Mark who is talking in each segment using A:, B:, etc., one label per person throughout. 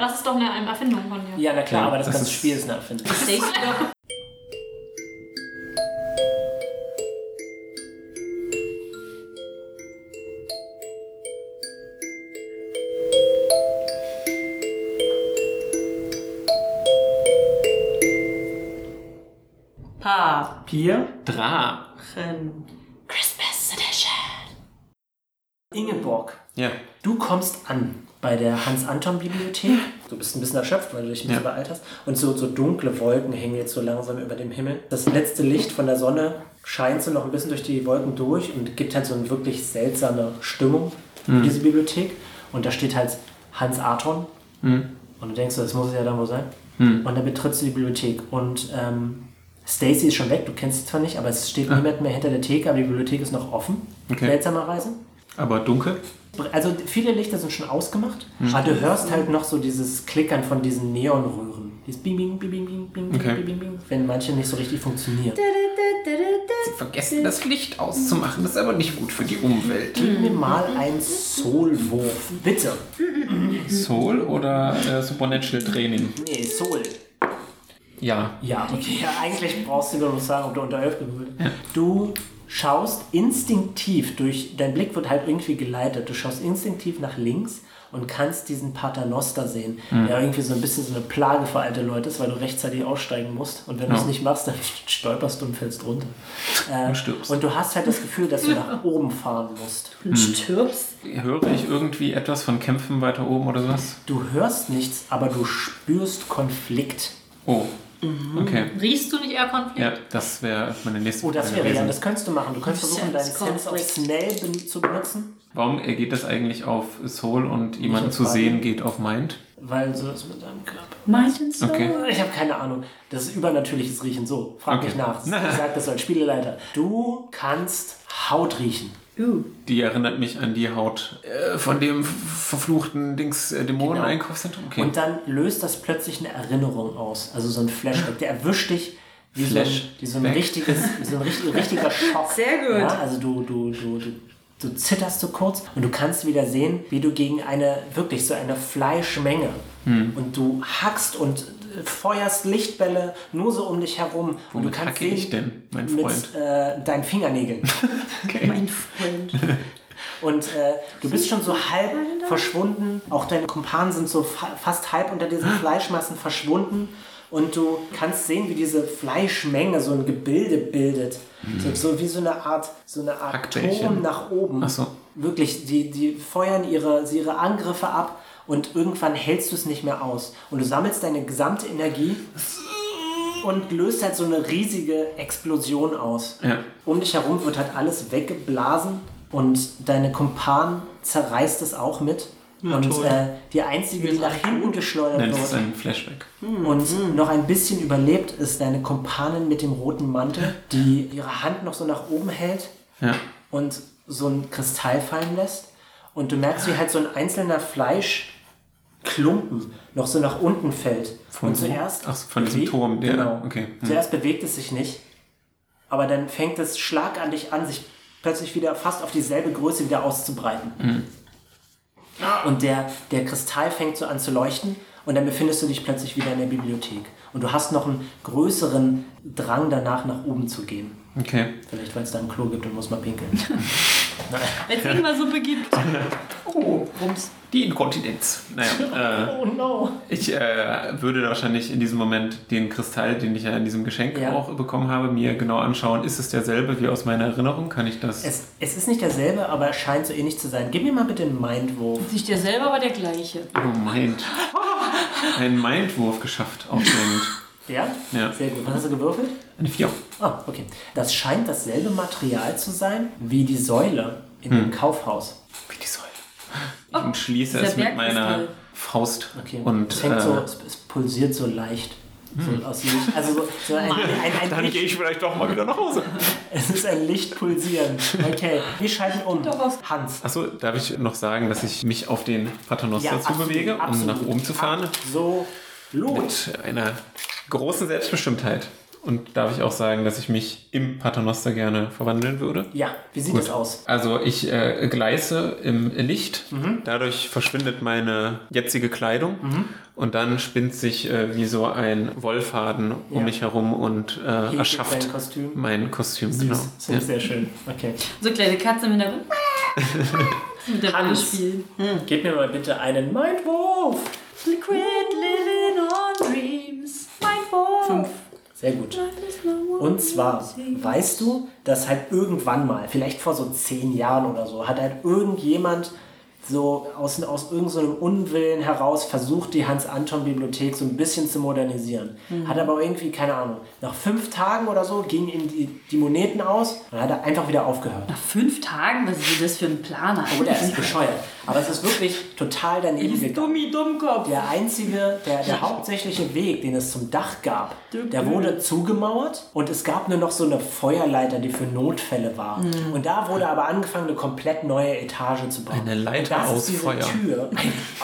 A: Das ist doch eine eine Erfindung von dir.
B: Ja, na klar,
C: Ja,
B: aber das,
C: das
B: ganze
C: ist-
B: Spiel ist eine Erfindung.
A: Steak wieder.
D: Paaren.
B: Pier?
C: Dra.
A: Christmas Edition.
B: Ingeborg,
C: Ja.
B: du kommst an bei der Hans-Anton-Bibliothek. Du bist ein bisschen erschöpft, weil du dich ein bisschen
C: Ja.
B: beeilt hast. Und so, so dunkle Wolken hängen jetzt so langsam über dem Himmel. Das letzte Licht von der Sonne scheint so noch ein bisschen durch die Wolken durch und gibt halt so eine wirklich seltsame Stimmung
C: Hm.
B: in diese Bibliothek. Und da steht halt Hans Anton.
C: Hm.
B: Und du denkst, so, das muss es ja dann wohl sein. Und dann betrittst du die Bibliothek. Und ähm, Stacy ist schon weg, du kennst sie zwar nicht, aber es steht niemand mehr hinter der Theke, aber die Bibliothek ist noch offen.
C: Ah. Okay.
B: Seltsamerweise.
C: Aber dunkel?
B: Also viele Lichter sind schon ausgemacht, aber du hörst halt noch so dieses Klickern von diesen Neonröhren. Dieses Bing, Bing, Bing, Bing, Bing, Bing,
C: Okay.
B: Bing, Bing, Bing, wenn manche nicht so richtig funktionieren.
C: Sie vergessen das Licht auszumachen. Das ist aber nicht gut für die Umwelt.
B: Gib mir mal einen Soulwurf, bitte.
C: Soul oder äh, Supernatural Training?
B: Nee, Soul.
C: Ja.
B: Ja, okay. Ja, eigentlich brauchst du nur noch sagen, ob du unter 11 gewöhnt Du schaust instinktiv durch, dein Blick wird halt irgendwie geleitet. Du schaust instinktiv nach links und kannst diesen Paternoster sehen, der irgendwie so ein bisschen so eine Plage für alte Leute ist, weil du rechtzeitig aussteigen musst. Und wenn du es
C: Ja.
B: nicht machst, dann stolperst du und fällst runter. Äh,
C: Und stirbst.
B: Und du hast halt das Gefühl, dass du nach oben fahren musst.
D: Stirbst?
C: Höre ich irgendwie etwas von Kämpfen weiter oben oder was?
B: Du hörst nichts, aber du spürst Konflikt.
C: Oh. Okay.
A: Riechst du nicht eher Konflikt?
C: Ja, das wäre meine nächste
B: Oh, das
C: Frage
B: wäre ja,
C: gewesen.
B: das könntest du machen. Du könntest versuchen, deinen
D: Selbstkonflikt.
B: Sense of Smell ben- zu benutzen.
C: Warum äh, geht das eigentlich auf Soul und jemanden
B: Ich
C: zu
B: hab
C: sehen
B: Fragen.
C: geht auf Mind?
B: Weil so ist mit deinem Körper.
D: Meinten so?
C: Okay.
B: Ich habe keine Ahnung. Das ist übernatürliches Riechen. So, frag
C: Okay.
B: mich nach. Ich sag das so als Spieleleiter. Du kannst Haut riechen.
D: Uh.
C: Die erinnert mich an die Haut äh, von dem verfluchten Dings äh, Dämonen-Einkaufszentrum. Okay.
B: Und dann löst das plötzlich eine Erinnerung aus. Also so ein Flashback. Der erwischt dich wie, so ein, wie so ein
C: Flashback.
B: richtiges, wie so ein richtig, richtiger Schock.
D: Sehr gut.
B: Ja, also du, du, du, du, du zitterst so kurz und du kannst wieder sehen, wie du gegen eine, wirklich so eine Fleischmenge
C: Hm.
B: und du hackst und äh, feuerst Lichtbälle nur so um dich herum. und du
C: Womit
B: kannst
C: hacke
B: sehen,
C: ich denn, mein Freund?
B: mit äh, deinen Fingernägeln.
D: Mein Freund.
B: Und äh, du bist schon so halb verschwunden. Auch deine Kumpanen sind so fa fast halb unter
C: Ah.
B: diesen Fleischmassen verschwunden. Und du kannst sehen, wie diese Fleischmenge so ein Gebilde bildet. So, so wie so eine Art, so eine Art
C: Hm. Hackbällchen.
B: Turm nach oben.
C: Ach so.
B: Wirklich, die, die feuern ihre, sie- ihre Angriffe ab und irgendwann hältst du es nicht mehr aus. Und du sammelst deine gesamte Energie und löst halt so eine riesige Explosion aus.
C: Ja.
B: Um dich herum wird halt alles weggeblasen und deine Kumpan zerreißt es auch mit. und
A: toll.
B: äh, die einzige, die
A: sind
B: nach hinten geschleudert
C: Nein, das ist
B: wird
C: ein Flashback.
B: und noch ein bisschen überlebt, ist deine Kumpanin mit dem roten Mantel, die ihre Hand noch so nach oben hält
C: Ja.
B: und so einen Kristall fallen lässt. Und du merkst, wie halt so ein einzelner Fleischklumpen noch so nach unten fällt.
C: Von
B: und
C: wo?
B: zuerst.
C: Ach so, von diesem
B: bewe-
C: Turm, der-
B: genau.
C: okay, hm.
B: Zuerst bewegt es sich nicht. Aber dann fängt es schlagartig an, sich plötzlich wieder fast auf dieselbe Größe wieder auszubreiten.
C: Hm.
B: Und der, der Kristall fängt so an zu leuchten und dann befindest du dich plötzlich wieder in der Bibliothek. Und du hast noch einen größeren Drang danach, nach oben zu gehen.
C: Okay.
B: Vielleicht, weil es da ein Klo gibt und muss mal pinkeln.
A: Wenn es immer so begibt.
C: Oh, Rums. Die Inkontinenz. Naja, äh,
B: Oh no.
C: ich äh, würde wahrscheinlich in diesem Moment den Kristall, den ich ja in diesem Geschenk
B: Ja.
C: auch bekommen habe, mir genau anschauen. Ist es derselbe wie aus meiner Erinnerung? Kann ich das?
B: Es, es ist nicht derselbe, aber es scheint so ähnlich zu sein. Gib mir mal bitte einen Mindwurf.
A: Nicht der selber, aber der gleiche.
C: oh, Mind. Einen Mindwurf geschafft auf Mind.
B: Ja?
C: Ja.
B: Sehr gut. Was hast du gewürfelt?
C: Eine Vier.
B: Ah, okay. Das scheint dasselbe Material zu sein wie die Säule in
C: Hm.
B: dem Kaufhaus.
C: Wie die Säule. Ich umschließe
A: dieser
C: es mit
A: Bergkristall.
C: meiner Faust
B: Oh, Okay.
C: und
B: es, hängt so,
C: äh, Hm.
B: es, es pulsiert so leicht. So aus Licht. Also so, so ein, ein, ein
C: dann gehe
B: Licht,
C: ich vielleicht doch mal wieder nach Hause.
B: es ist ein Licht pulsieren. Okay, wir schalten um. Hans.
C: Achso, darf ich noch sagen, dass ich mich auf den Paternoster
B: Ja, absolut,
C: zubewege, um
B: absolut.
C: nach oben zu fahren?
B: So, los.
C: Mit einer großen Selbstbestimmtheit Und darf ich auch sagen, dass ich mich im Paternoster gerne verwandeln würde?
B: Ja, wie sieht
C: Gut.
B: das aus? Mhm.
C: Also ich äh, gleiße im Licht, dadurch verschwindet meine jetzige Kleidung und dann spinnt sich äh, wie so ein Wollfaden um
B: Ja.
C: mich herum und äh,
B: Hier
C: erschafft
B: dein Kostüm.
C: mein Kostüm.
B: Süß.
C: Genau.
B: Finde ich sehr schön. Okay.
A: So kleine Katze im Hintergrund. Mit der Hand
B: Hans.
A: spielen.
B: Gib mir mal bitte einen Mindwurf.
A: Quit living on dreams. Mein Boy.
D: Fünf.
B: Sehr gut. Und zwar, weißt du, dass halt irgendwann mal, vielleicht vor so zehn Jahren oder so, hat halt irgendjemand so aus, aus irgendeinem Unwillen heraus versucht, die Hans-Anton-Bibliothek so ein bisschen zu modernisieren. Hat aber irgendwie, keine Ahnung, nach fünf Tagen oder so gingen ihm die, die Moneten aus und hat er einfach wieder aufgehört.
A: Nach fünf Tagen, was ist denn das für ein Planer?
B: Oder er Oh, ist bescheuert. Aber es ist wirklich total daneben gegangen.
A: Dummi, Dummkopf.
B: Der einzige, der, der hauptsächliche Weg, den es zum Dach gab, der wurde zugemauert und es gab nur noch so eine Feuerleiter, die für Notfälle war.
C: Mhm.
B: Und da wurde aber angefangen, eine komplett neue Etage zu bauen.
C: Eine Leiter
B: Und das
C: aus
B: ist diese
C: Feuer.
B: Tür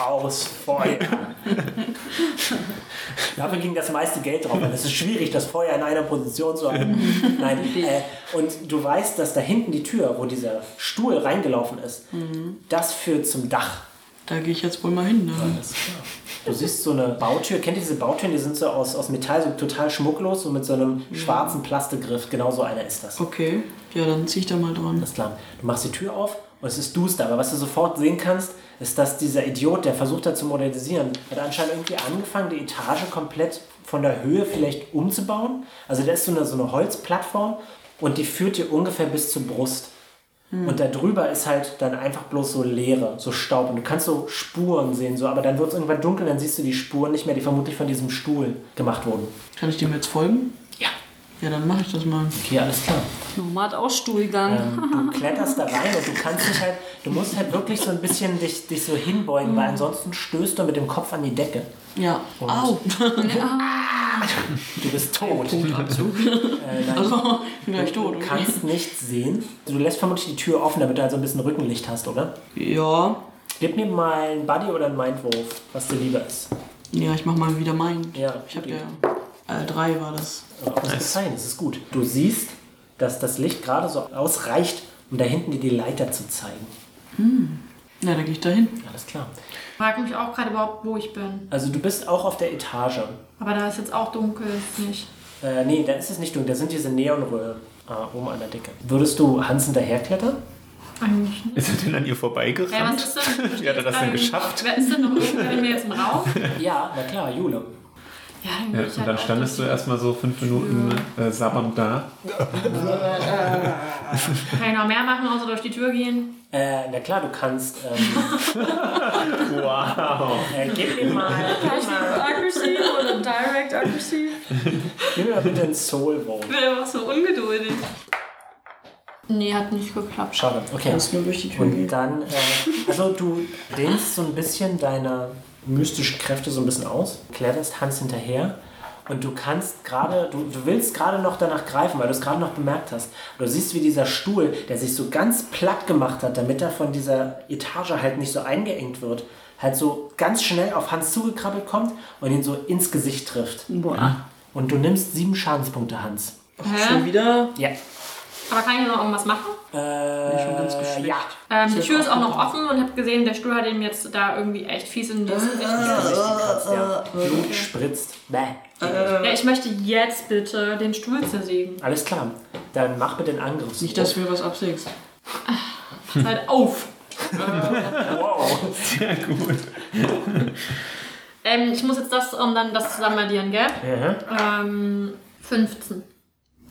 B: aus Feuer. Dafür ging das meiste Geld drauf. Und es ist schwierig, das Feuer in einer Position zu halten.
C: Mhm.
B: Nein. Äh, und du weißt, dass da hinten die Tür, wo dieser Stuhl reingelaufen ist,
C: Mhm.
B: das führt zum Dach.
D: Da gehe ich jetzt wohl mal hin. Ne?
B: Du siehst so eine Bautür. Kennt ihr diese Bautüren? Die sind so aus, aus Metall, so total schmucklos und mit so einem schwarzen Plastikgriff. Genau so einer ist das.
D: Okay, ja, dann zieh ich da mal dran.
B: Alles klar. Du machst die Tür auf und es ist duster. Aber was du sofort sehen kannst, ist, dass dieser Idiot, der versucht hat zu modernisieren, hat anscheinend irgendwie angefangen, die Etage komplett von der Höhe vielleicht umzubauen. Also da ist so eine, so eine Holzplattform und die führt dir ungefähr bis zur Brust. Und da drüber ist halt dann einfach bloß so Leere, so Staub. Und du kannst so Spuren sehen, so, aber dann wird es irgendwann dunkel, dann siehst du die Spuren nicht mehr, die vermutlich von diesem Stuhl gemacht wurden.
D: Kann ich dem jetzt folgen?
B: Ja.
D: Ja, dann mache ich das mal.
B: Okay, alles klar.
A: Nomad auch Stuhlgang.
B: Ähm, Du kletterst da rein und du kannst dich halt, du musst halt wirklich so ein bisschen dich, dich so hinbeugen, weil ansonsten stößt du mit dem Kopf an die Decke.
D: Ja. Au!
B: Du bist tot. äh, nein,
D: Also, ich bin gleich tot.
B: du kannst nichts sehen. Du lässt vermutlich die Tür offen, damit du halt so ein bisschen Rückenlicht hast, oder?
D: Ja.
B: Gib mir mal einen Buddy oder einen Mindwurf, was dir lieber ist.
D: Ja, ich mach mal wieder meinen.
B: Ja.
D: Ich habe ja. Äh, drei war das.
B: Aber das ist fein, das ist gut. Du siehst, dass das Licht gerade so ausreicht, um da hinten dir die Leiter zu zeigen.
D: Na, dann gehe ich da hin.
B: Alles klar.
A: Frag mich auch gerade überhaupt, wo ich bin.
B: Also du bist auch auf der Etage.
A: Aber da ist jetzt auch dunkel, ist nicht.
B: Äh, nee, da ist es nicht dunkel. Da sind diese Neonröhren äh, oben an der Decke. Würdest du Hans hinterherklettern?
A: Eigentlich nicht.
C: Ist er denn an ihr
A: Ey,
C: vorbeigerannt?
A: was ist denn?
C: Wie hat er das denn
A: Ähm,
C: geschafft?
A: Wer ist denn noch irgendwer in mir jetzt im Raum?
B: Ja, na klar, Jule.
A: Ja, dann,
C: Ja,
A: bin ich
C: und
A: halt
C: dann
A: auch
C: standest du
A: durch-
C: erstmal so fünf Minuten äh, sabbernd da.
A: Kann ich noch mehr machen, außer durch die Tür gehen?
B: Äh, na klar, du kannst. Ähm,
C: Wow.
B: äh, gib mir mal,
A: Aggressiv oder direct aggressiv?
B: gib mir mal bitte einen Soul Vote.
A: Ich bin einfach so ungeduldig. Nee, hat nicht geklappt.
B: Schade, okay.
D: Lass nur durch die Tür
B: Und
D: gehen.
B: dann, äh, also du dehnst so ein bisschen deine mystischen Kräfte so ein bisschen aus, kletterst Hans hinterher und du kannst gerade, du, du willst gerade noch danach greifen, weil du es gerade noch bemerkt hast. Du siehst, wie dieser Stuhl, der sich so ganz platt gemacht hat, damit er von dieser Etage halt nicht so eingeengt wird, halt so ganz schnell auf Hans zugekrabbelt kommt und ihn so ins Gesicht trifft.
D: Boah.
B: Und du nimmst sieben Schadenspunkte, Hans. Äh,
D: Schon wieder?
B: Ja.
A: Aber kann ich noch irgendwas machen?
B: Äh,
D: schon ganz geschwächt.
B: ja.
A: Ähm, die
D: Ist
A: Tür
D: jetzt
A: ist auch noch offen und hab gesehen, der Stuhl hat ihm jetzt da irgendwie echt fies in das Gesicht gekratzt.
B: Gekratzt,
A: äh,
B: ja. Blut spritzt. Bäh.
A: Ja, ich möchte jetzt bitte den Stuhl zersägen.
B: Alles klar. Dann mach bitte den Angriff.
D: Nicht, dass du mir was absägst.
A: Halt auf!
B: Wow.
C: Sehr gut.
A: Ähm, ich muss jetzt das, um dann das zusammen addieren, gell? Ähm, 15.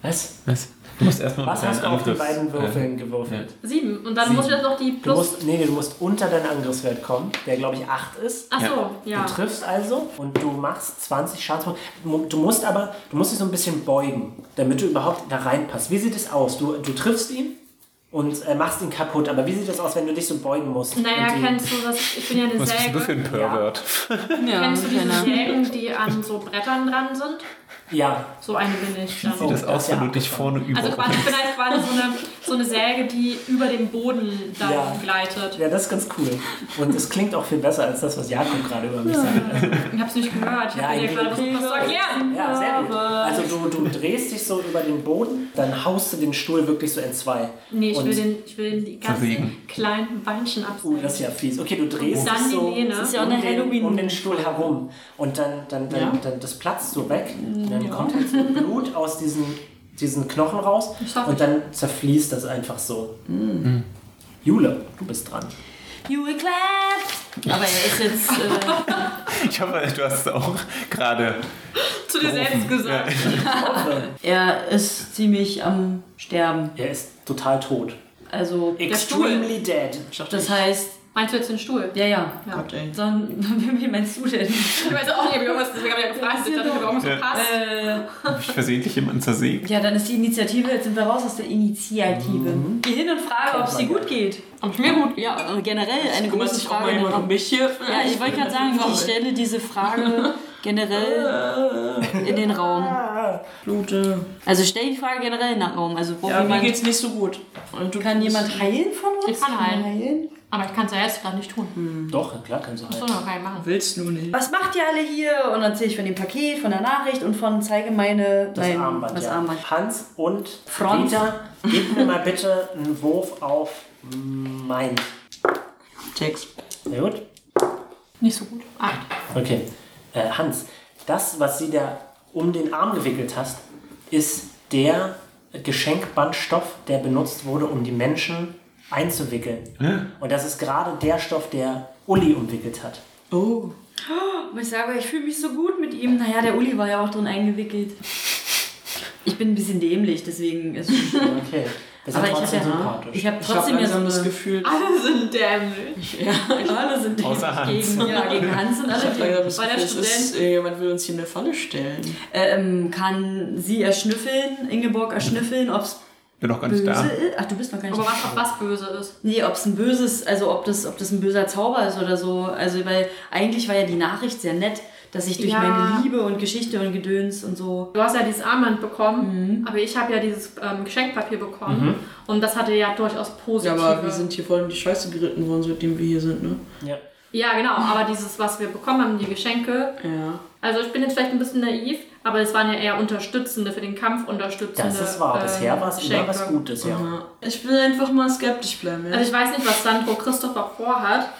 B: Was?
C: Was? Du musst erstmal
B: Was
C: mit
B: hast du
C: deinen
B: auf die
C: Angriffs-
B: beiden
C: äh,
B: Würfeln gewürfelt?
A: 7. Und dann
B: Sieben.
A: muss ich jetzt noch die
B: Du
A: Plus.
B: musst, nee, nee, du musst unter deinen Angriffswert kommen, der glaube ich 8 ist.
A: Achso, ja.
B: Du triffst also und du machst 20 Schadenspunkte. Du musst aber, du musst dich so ein bisschen beugen, damit du überhaupt da reinpasst. Wie sieht es aus? Du, du triffst ihn und äh, machst ihn kaputt. Aber wie sieht es aus, wenn du dich so beugen musst?
A: Naja,
B: und die-
A: kennst du das? Ich bin ja eine
C: Was bist du für
A: Säge.
C: ein Pervert?
A: Kennst du diese Sägen, die an so Brettern dran sind?
B: Ja,
A: So eine bin ich. Dann.
C: Sieht das
B: Oh,
C: aus,
B: das ist
C: wenn
B: ja
C: du dich vorne über.
A: Also quasi, ich bin halt quasi so eine, so eine Säge, die über dem Boden dann
B: Ja.
A: gleitet.
B: ja, das ist ganz cool. Und es klingt auch viel besser als das, was Jakob gerade über mich sagt.
A: Ich hab's nicht gehört. Ich
B: Ja,
A: hab dir
B: ich-
A: gerade versucht, was zu erklären.
B: Ja, sehr gut. Also du, du drehst dich so über den Boden, dann haust du den Stuhl wirklich so in zwei.
A: Nee, ich
B: Und-
A: will, den, ich will die ganzen
C: Verbiegen.
A: kleinen Beinchen
B: Uh,
A: absägen.
B: das ist ja fies. Okay, du drehst
A: Und dann
B: dich
A: die
B: so
A: Nähe, ne? Das ist ja
B: um,
E: auch eine
B: den,
E: Halloween-
B: um den Stuhl herum. Und dann, dann, dann,
E: Ja.
B: dann das platzt so weg. Und dann kommt halt so Blut aus diesen, diesen Knochen raus.
A: Ich Hm. sag-
B: Und dann zerfließt das einfach so. Jule, du bist dran.
E: You clapped! Aber er ist jetzt. Äh,
C: Ich hoffe, du hast auch gerade.
A: Zu dir selbst gesagt.
E: er ist ziemlich am Sterben.
B: Er ist total tot.
E: Also,
B: Extremely dead.
E: das heißt.
A: Meinst du jetzt den Stuhl?
E: Ja, ja.
A: Ja.
E: Gott, ey. Dann, wie meinst du denn?
A: Ich weiß auch nicht, ob ich irgendwas, deswegen habe ich ja gefragt, ich dachte, ich habe irgendwas
C: Ja.
A: verpasst.
E: Äh,
C: Hab ich versehentlich jemanden zersägt?
E: ja, dann ist die Initiative, jetzt sind wir raus aus der Initiative. Geh hin und frage, ob es dir gut geht.
D: Ob es mir gut, Mhm. ja, also generell eine
E: Kümmert
D: große
E: sich auch mal
D: Frage.
E: jemand
D: nach-
E: um mich hier?
D: Ja, ich wollte gerade sagen, ich stelle diese Frage generell in den Raum.
E: Blute.
D: Also ich stelle die Frage generell in den Raum. Also braucht
E: Ja, mir
D: jemand,
E: geht's nicht so gut. Und du
D: kann jemand heilen von uns?
A: Ich kann heilen.
D: heilen.
A: Aber ich kann es ja jetzt gerade nicht tun.
B: Doch, klar, kannst du
A: Das
B: halt.
A: soll noch keinen machen.
E: Willst du nicht?
D: Was macht ihr alle hier? Und dann erzähle ich von dem Paket, von der Nachricht und von zeige meine
B: Das
D: mein,
B: Armband,
D: das
B: ja.
D: Armband.
B: Hans und
D: Franz.
B: Rita, gebt mir mal bitte einen Wurf auf Mind.
E: Text.
B: Sehr gut.
A: Nicht so gut. Acht.
B: Okay. Äh, Hans, das, was sie da um den Arm gewickelt hast, ist der Geschenkbandstoff, der benutzt wurde, um die Menschen einzuwickeln. Und das ist gerade der Stoff, der Uli umwickelt hat.
E: Oh.
D: Aber Ich sage, euch, ich fühle mich so gut mit ihm. Naja, der Uli war ja auch drin eingewickelt. Ich bin ein bisschen dämlich, deswegen ist
B: Okay. Wir sind
D: Aber ich hab
B: trotzdem
D: ja-
B: sympathisch.
D: Ich habe
E: Ich habe
D: trotzdem ja so
E: langsam das
D: eine,
E: Gefühl,
A: Alle sind dämlich.
D: alle sind
C: Außer Hans.
D: gegen, ja, gegen Hans und
E: ich
D: alle.
E: habe langsam
D: gegen-
E: das
A: Weil der
E: Gefühl, es ist, äh, jemand will uns hier eine Falle stellen.
D: Ähm, kann sie erschnüffeln, Ingeborg erschnüffeln, ob es
C: Bin doch gar nicht
D: böse
C: da.
D: ist? Ach, du bist noch gar nicht.
A: Aber was auch was böse ist.
D: Nee, ob es ein böses, also ob das, ob das ein böser Zauber ist oder so. Also, weil eigentlich war ja die Nachricht sehr nett, dass ich durch
A: Ja.
D: meine Liebe und Geschichte und Gedöns und so.
A: Du hast ja dieses Armband bekommen, aber ich habe ja dieses ähm, Geschenkpapier bekommen. Und das hatte ja durchaus
E: Ja,
A: positive.
E: aber wir sind hier voll in die Scheiße geritten worden, seitdem wir hier sind, ne?
B: ja.
A: ja, genau. Aber dieses, was wir bekommen haben, die Geschenke,
E: Ja.
A: Also ich bin jetzt vielleicht ein bisschen naiv, aber es waren ja eher unterstützende, für den Kampf unterstützende.
B: Das ist wahr.
A: ähm,
B: Bisher war es immer
A: Geschenke.
B: was Gutes, ja.
D: Mhm.
E: Ich will einfach mal skeptisch bleiben, ja.
A: Also ich weiß nicht, was Sandro Christopher vorhat,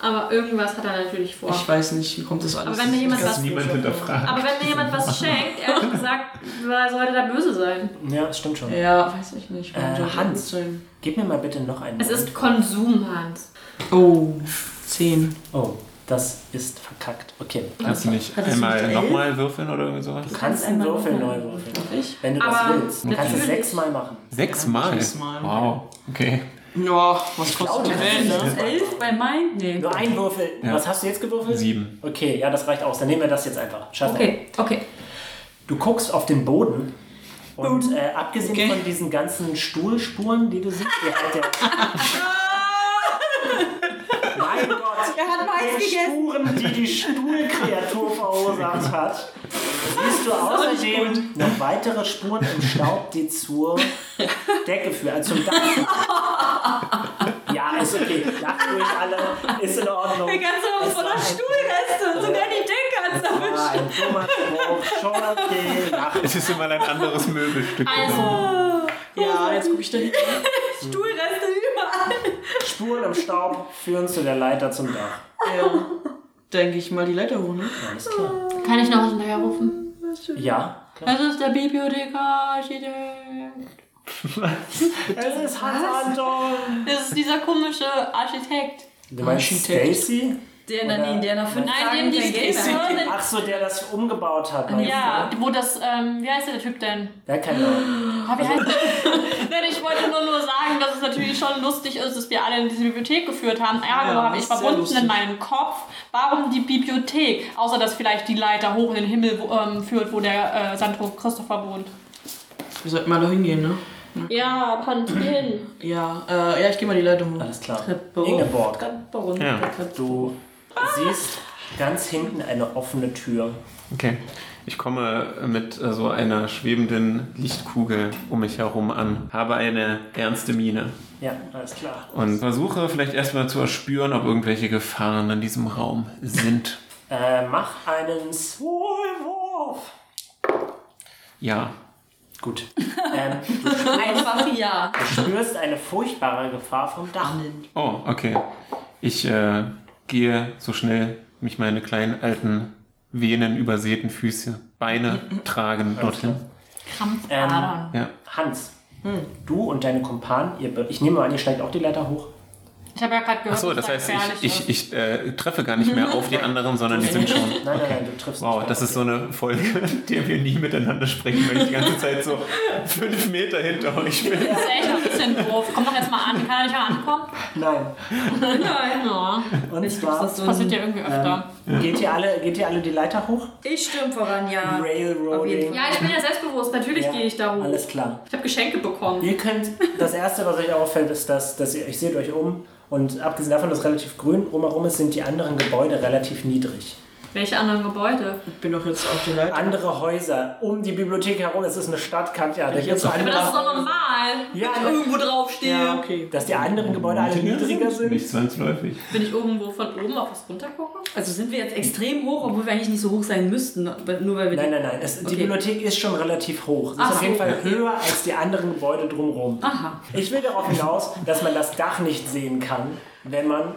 A: aber irgendwas hat er natürlich vor.
E: Ich weiß nicht, wie kommt das alles?
A: Aber wenn mir jemand
C: Dass
A: was,
C: niemand hinterfragt.
A: aber wenn mir jemand was schenkt, ehrlich gesagt, wer sollte da böse sein?
B: Ja, das stimmt schon.
E: Ja, weiß ich nicht. warum
B: Äh,
E: sollte
B: Hans.
E: das Sein.
B: Gib mir mal bitte noch einen.
A: Es ist Konsum, Hans.
E: Oh, 10.
B: oh, das ist verkackt. Okay.
C: Kannst du nicht
D: Hattest du
C: einmal
D: nicht elf?
C: nochmal würfeln oder irgendwie sowas?
B: Du kannst einen Würfel neu würfeln.
E: Ich?
B: Wenn du das
A: Aber
B: willst. Du kannst es
A: natürlich.
B: sechsmal machen.
C: Sechsmal?
E: Sechsmal.
C: Wow, okay.
E: Ja, was kostet die
B: das
E: Welt,
B: ist-
E: ne?
D: Elf bei Mind? Nee.
B: Nur ein Würfel.
C: Ja.
B: Was hast du jetzt gewürfelt?
C: Sieben.
B: Okay, ja, das reicht aus. Dann nehmen wir das jetzt einfach. Scheiße.
D: Okay, okay.
B: Du guckst auf den Boden und äh, abgesehen
E: Okay.
B: von diesen ganzen Stuhlspuren, die du siehst, die halt der. mein Gott!
D: Er hat Mais
B: Die Spuren, die die Stuhlkreatur verursacht hat, siehst du außerdem noch weitere Spuren im Staub, die zur Decke führen, also zum Dach führen. Ja, ist okay. Lacht ruhig alle, ist in Ordnung.
D: Der ganze Raum
B: Es war
D: voller
B: ein-
D: Stuhlreste und sogar die Decke hat's damit.
B: Ah, ein dummer Spruch, schon okay, lacht.
C: Es ist immer ein anderes Möbelstück.
A: Also,
E: Ja, jetzt guck ich da hin.
D: Stuhlreste überall.
B: Spuren im Staub führen zu der Leiter zum Dach.
E: Ja. Denke ich mal die Leiter hoch, ne?
B: Alles klar.
A: kann ich noch hinterher rufen?
B: Ja.
D: Das ist der Bibliothekar.
B: Es ist Hans Anton.
D: Das ist dieser komische Architekt.
B: Du meinst
E: Architekt.
B: Stacy?
D: Der, na,
B: Oder-
D: nee, der nach fünf
A: Nein,
D: Tagen
A: dem die
D: kein Geld
A: Stacy-
D: mehr hat.
B: Ach so, der das umgebaut hat. meinst
A: Ja, wo das, ähm, wie heißt der Typ denn?
B: du? Der kann ja.
A: Hab ich Nein, ich wollte nur, nur sagen, dass es natürlich schon lustig ist, dass wir alle in diese Bibliothek geführt haben. Ergo
E: Ja,
A: habe ich
E: ist sehr
A: verbunden
E: lustig.
A: in meinem Kopf, warum die Bibliothek, außer dass vielleicht die Leiter hoch in den Himmel wo- ähm, führt, wo der äh, Sandro Christopher wohnt.
E: Wir sollten mal da hingehen, ne?
A: Ja, kommt hin.
E: Ja, äh, ja, ich geh mal die Leiter hoch.
B: Alles klar.
D: Treppe hoch,
B: Ingeborg,
D: Treppe runter,
C: Ja.
D: Treppe.
B: du siehst Ganz hinten eine offene Tür.
C: Okay. Ich komme mit äh, so einer schwebenden Lichtkugel um mich herum an, habe eine ernste Miene
B: Ja, alles klar.
C: und versuche vielleicht erstmal zu erspüren, ob irgendwelche Gefahren in diesem Raum sind.
B: Äh, mach einen Soulwurf.
C: Ja.
B: Gut. Ähm,
E: Einfach ja.
B: du spürst eine furchtbare Gefahr vom Dach.
C: Oh, okay. Ich äh, gehe so schnell mich meine kleinen alten Venen übersäten Füße, Beine tragen dorthin. Ähm.
A: Krampfadern.
C: Ja.
B: Ähm, Hans,
E: Hm.
B: du und deine Kumpanen, ihr, be- ich nehme mal an, ihr steigt auch die Leiter hoch.
A: Ich habe ja gerade gehört,
C: Achso, das
A: dass da
C: heißt,
A: gefährlich
C: ich,
A: ist.
C: ich, ich äh, treffe gar nicht mehr auf die anderen, sondern die sind schon.
B: Nein, nein, nein, du triffst
C: Wow,
B: nicht.
C: das ist so eine Folge, in der wir nie miteinander sprechen, weil ich die ganze Zeit so fünf Meter hinter euch bin.
A: Das ist echt ein bisschen doof. Komm doch jetzt mal an. Kann er nicht mal ankommen?
B: Nein.
A: Nein. Ja.
B: Und zwar
A: Das passiert ja irgendwie öfter.
B: ähm, geht, ihr alle, geht ihr alle die Leiter hoch?
E: Ich stürm voran, ja.
B: Railroading.
A: Ähm, Ja, ich bin ja selbstbewusst. Natürlich gehe ich da hoch.
B: Alles klar.
A: Ich habe Geschenke bekommen.
B: Ihr könnt, das erste, was euch auffällt, ist, dass, dass ihr, ich seht euch um und abgesehen davon, dass relativ grün rumherum ist, sind die anderen Gebäude relativ niedrig.
A: Welche anderen Gebäude?
D: Ich bin doch jetzt auf der Leiter.
B: Andere Häuser um die Bibliothek herum, es ist eine Stadt, kann ja, da gibt's
A: Aber das
B: andere,
A: ist doch normal.
B: genau. Ja,
A: wenn ich
B: ne?
A: irgendwo draufstehe.
D: Ja, okay.
B: dass die anderen Gebäude alle Oh, niedriger sind.
C: Nicht zwangsläufig.
A: Wenn ich irgendwo von oben auf was runtergucke.
E: Also sind wir jetzt extrem hoch, obwohl wir eigentlich nicht so hoch sein müssten, nur weil wir
B: Nein, nein, nein, es, die
E: Okay.
B: Bibliothek ist schon relativ hoch. Sie ist
E: Ach
B: auf jeden
E: so.
B: Fall höher als die anderen Gebäude drumherum.
E: Aha.
B: Ich will darauf hinaus, dass man das Dach nicht sehen kann, wenn man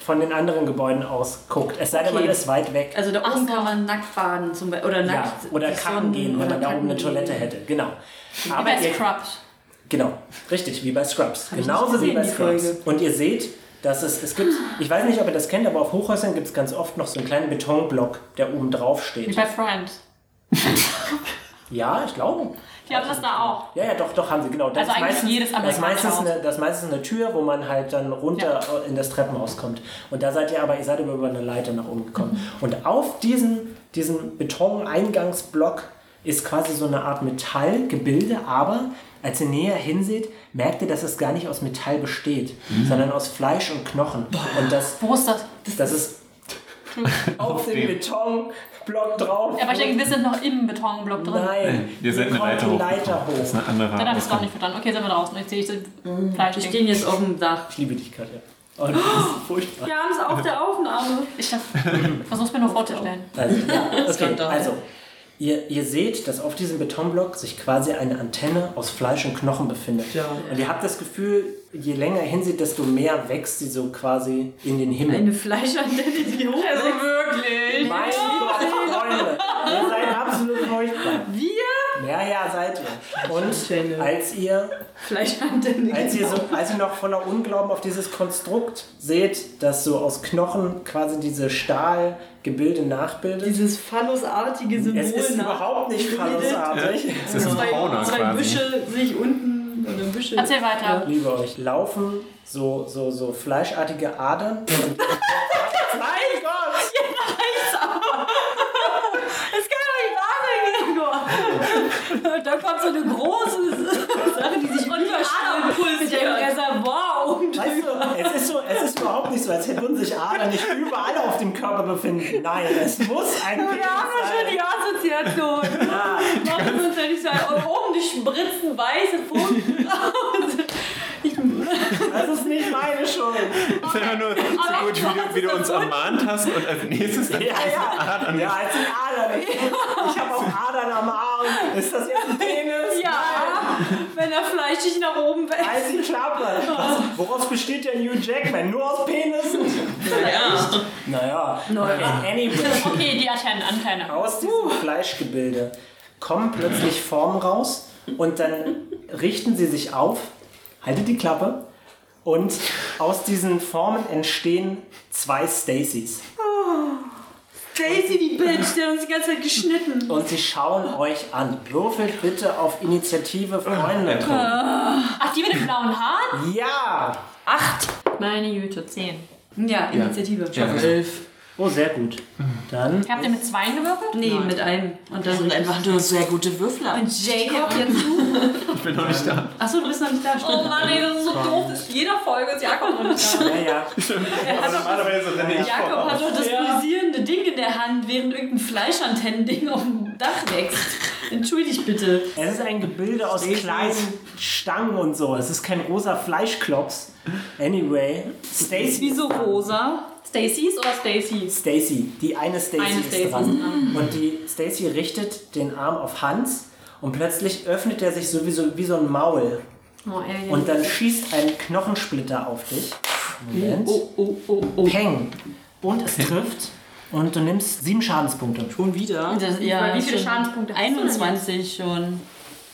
B: von den anderen Gebäuden aus guckt. Es sei denn,
E: Okay.
B: man ist weit weg.
E: Also da oben
A: so.
E: kann man nackt baden zum Beispiel. Oder
B: Ja,
E: nackt.
B: oder
E: die
B: kacken
E: Sonnen-
B: gehen, wenn
E: oder
B: man da oben
E: kacken
B: eine Toilette
E: gehen.
B: hätte. Genau.
A: Aber
B: Aber
A: bei
B: ihr,
A: Scrubs.
B: genau, richtig, wie bei Scrubs.
E: ich
B: Genauso
E: nicht
B: wie
E: gesehen,
B: bei
E: die
B: Scrubs.
E: Folge.
B: Und ihr seht, dass es, es gibt, ich weiß nicht, ob ihr das kennt, aber auf Hochhäusern gibt es ganz oft noch so einen kleinen Betonblock, der oben drauf
A: Wie
B: steht.
A: bei Friends.
B: Ja, ich glaube.
A: Die haben das da auch.
B: Ja, ja, doch, doch, haben sie, genau. Das
A: Also eigentlich jedes
B: das ist meistens
A: amerikanische Haus.
B: eine, Das ist meistens eine Tür, wo man halt dann runter in das Treppenhaus kommt. Und da seid ihr aber, ihr seid aber über eine Leiter nach oben gekommen.
A: Mhm.
B: Und auf diesem, diesem Beton-Eingangsblock ist quasi so eine Art Metallgebilde, aber als ihr näher hinseht, merkt ihr, dass es gar nicht aus Metall besteht,
C: Mhm.
B: sondern aus Fleisch und Knochen. Und das,
A: Wo ist das?
B: das ist auf dem
C: dem-
B: Betonblock drauf.
A: Ja, aber ich denke, wir sind noch im Betonblock drin.
B: Nein,
C: Ihr seid eine
B: kommt
C: Leiter
B: die
C: hoch.
B: Leiter
C: Das ist
B: hoch.
C: eine andere
A: Dann habe ich es doch
C: Ausgang.
A: nicht verstanden. Okay, sind wir draußen. Jetzt sehe ich
B: Mhm.
A: das Fleisch.
E: Wir stehen jetzt auf dem Dach.
B: Ich liebe dich, Katja. Oh, das ist furchtbar.
E: Wir haben es auf der Aufnahme.
A: Ich versuche es mir nur vorzustellen.
B: Also, okay,
D: Skandal.
B: also ihr, ihr seht, dass auf diesem Betonblock sich quasi eine Antenne aus Fleisch und Knochen befindet.
D: Ja.
B: Und ihr habt das Gefühl, je länger ihr hinseht, desto mehr wächst sie so quasi in den Himmel.
E: Eine Fleischantenne, die hoch ist.
A: wirklich?
B: Meine lieben Freunde, ihr seid absolut furchtbar. Wir? Ja, ja, seid ihr. Und
D: Antenne.
B: als ihr
E: Fleischantenne.
B: Als ihr, so, als ihr noch voller Unglauben auf dieses Konstrukt seht, das so aus Knochen quasi diese Stahlgebilde nachbildet,
E: Dieses phallusartige Symbol. ne?
B: es ist
E: nach-
B: überhaupt nicht phallusartig.
C: Es ist ein
E: Zwei,
C: Fauna
E: zwei
C: quasi.
E: Büsche sich unten oder Büsche.
A: Erzähl weiter.
B: Liebe euch, laufen so, so, so fleischartige Adern. Und mein Gott!
E: Das kann doch nicht wahr sein, Gregor. Da kommt so eine große Sache, die sich überschlägt. Mit dem Reservoir um.
B: Weißt du, es ist, so, es ist überhaupt nicht so, als hätten sich Adern nicht überall auf dem Körper befinden. Nein, es muss ein Penis
E: Wir haben ja schon die Assoziation. Machen wir uns ja nicht so ein. Oben die spritzen weiße Funken raus. Ich,
B: Das ist nicht meine Schuld.
C: Es ist einfach nur so gut, wie du, wie du uns ermahnt hast und als nächstes dann
B: Ja, ja. Ja, als ein Adern. Ich habe auch Adern am Arm. Ist das jetzt ein Penis?
E: ja, wenn er fleischig nach oben wächst.
B: Als die Klappe. Was, woraus Also, besteht der New Jackman? Nur aus Penissen?
D: Ja.
B: Naja. Anyway.
A: Okay, die Antenne, Antenne.
B: Aus diesem Fleischgebilde kommen plötzlich Formen raus und dann richten sie sich auf, haltet die Klappe und aus diesen Formen entstehen zwei Stacys.
E: Daisy, die Bitch, der hat uns die ganze Zeit geschnitten.
B: Und sie schauen euch an. Würfelt bitte auf Initiative, Freunde.
A: Ach, die mit den blauen Haaren?
B: Ja!
A: Meine Güte, 10.
E: Ja, Initiative.
C: Ja.
D: Elf.
B: Oh, sehr gut. Dann
A: Habt ihr mit zweien gewürfelt?
E: Nee, mit einem. Und dann
D: Das sind einfach nur sehr gute Würfler.
E: Und Jacob jetzt.
C: Ich bin noch nicht da.
E: Achso, du bist noch nicht da.
A: Oh Mann, ey, das ist so doof. Das ist jeder Folge ist Jakob und ich.
B: Ja, ja.
C: Also, Normalerweise renne ich
E: Jakob hat doch das pulsierende
D: Ding in der Hand, während irgendein Fleischantennending auf dem Dach wächst. Entschuldigt bitte.
B: Es ist ein Gebilde aus kleinen Stangen und so. Es ist kein rosa Fleischklops. Anyway,
D: Ist
B: Stacy.
D: wieso rosa?
A: Stacy's oder Stacy's?
B: Stacy, die eine Stacy
D: Eine
B: ist
D: Stacy ist
B: dran. Und die Stacy richtet den Arm auf Hans und plötzlich öffnet er sich sowieso wie so ein Maul.
A: Oh, ey.
B: Und dann schießt ein Knochensplitter auf dich. Moment.
A: oh, oh, oh, oh.
B: Peng. Und es trifft. Und du nimmst sieben Schadenspunkte.
E: Schon wieder.
D: Das,
A: Weil wie viele Schadenspunkte hast du denn jetzt?
D: 21 schon.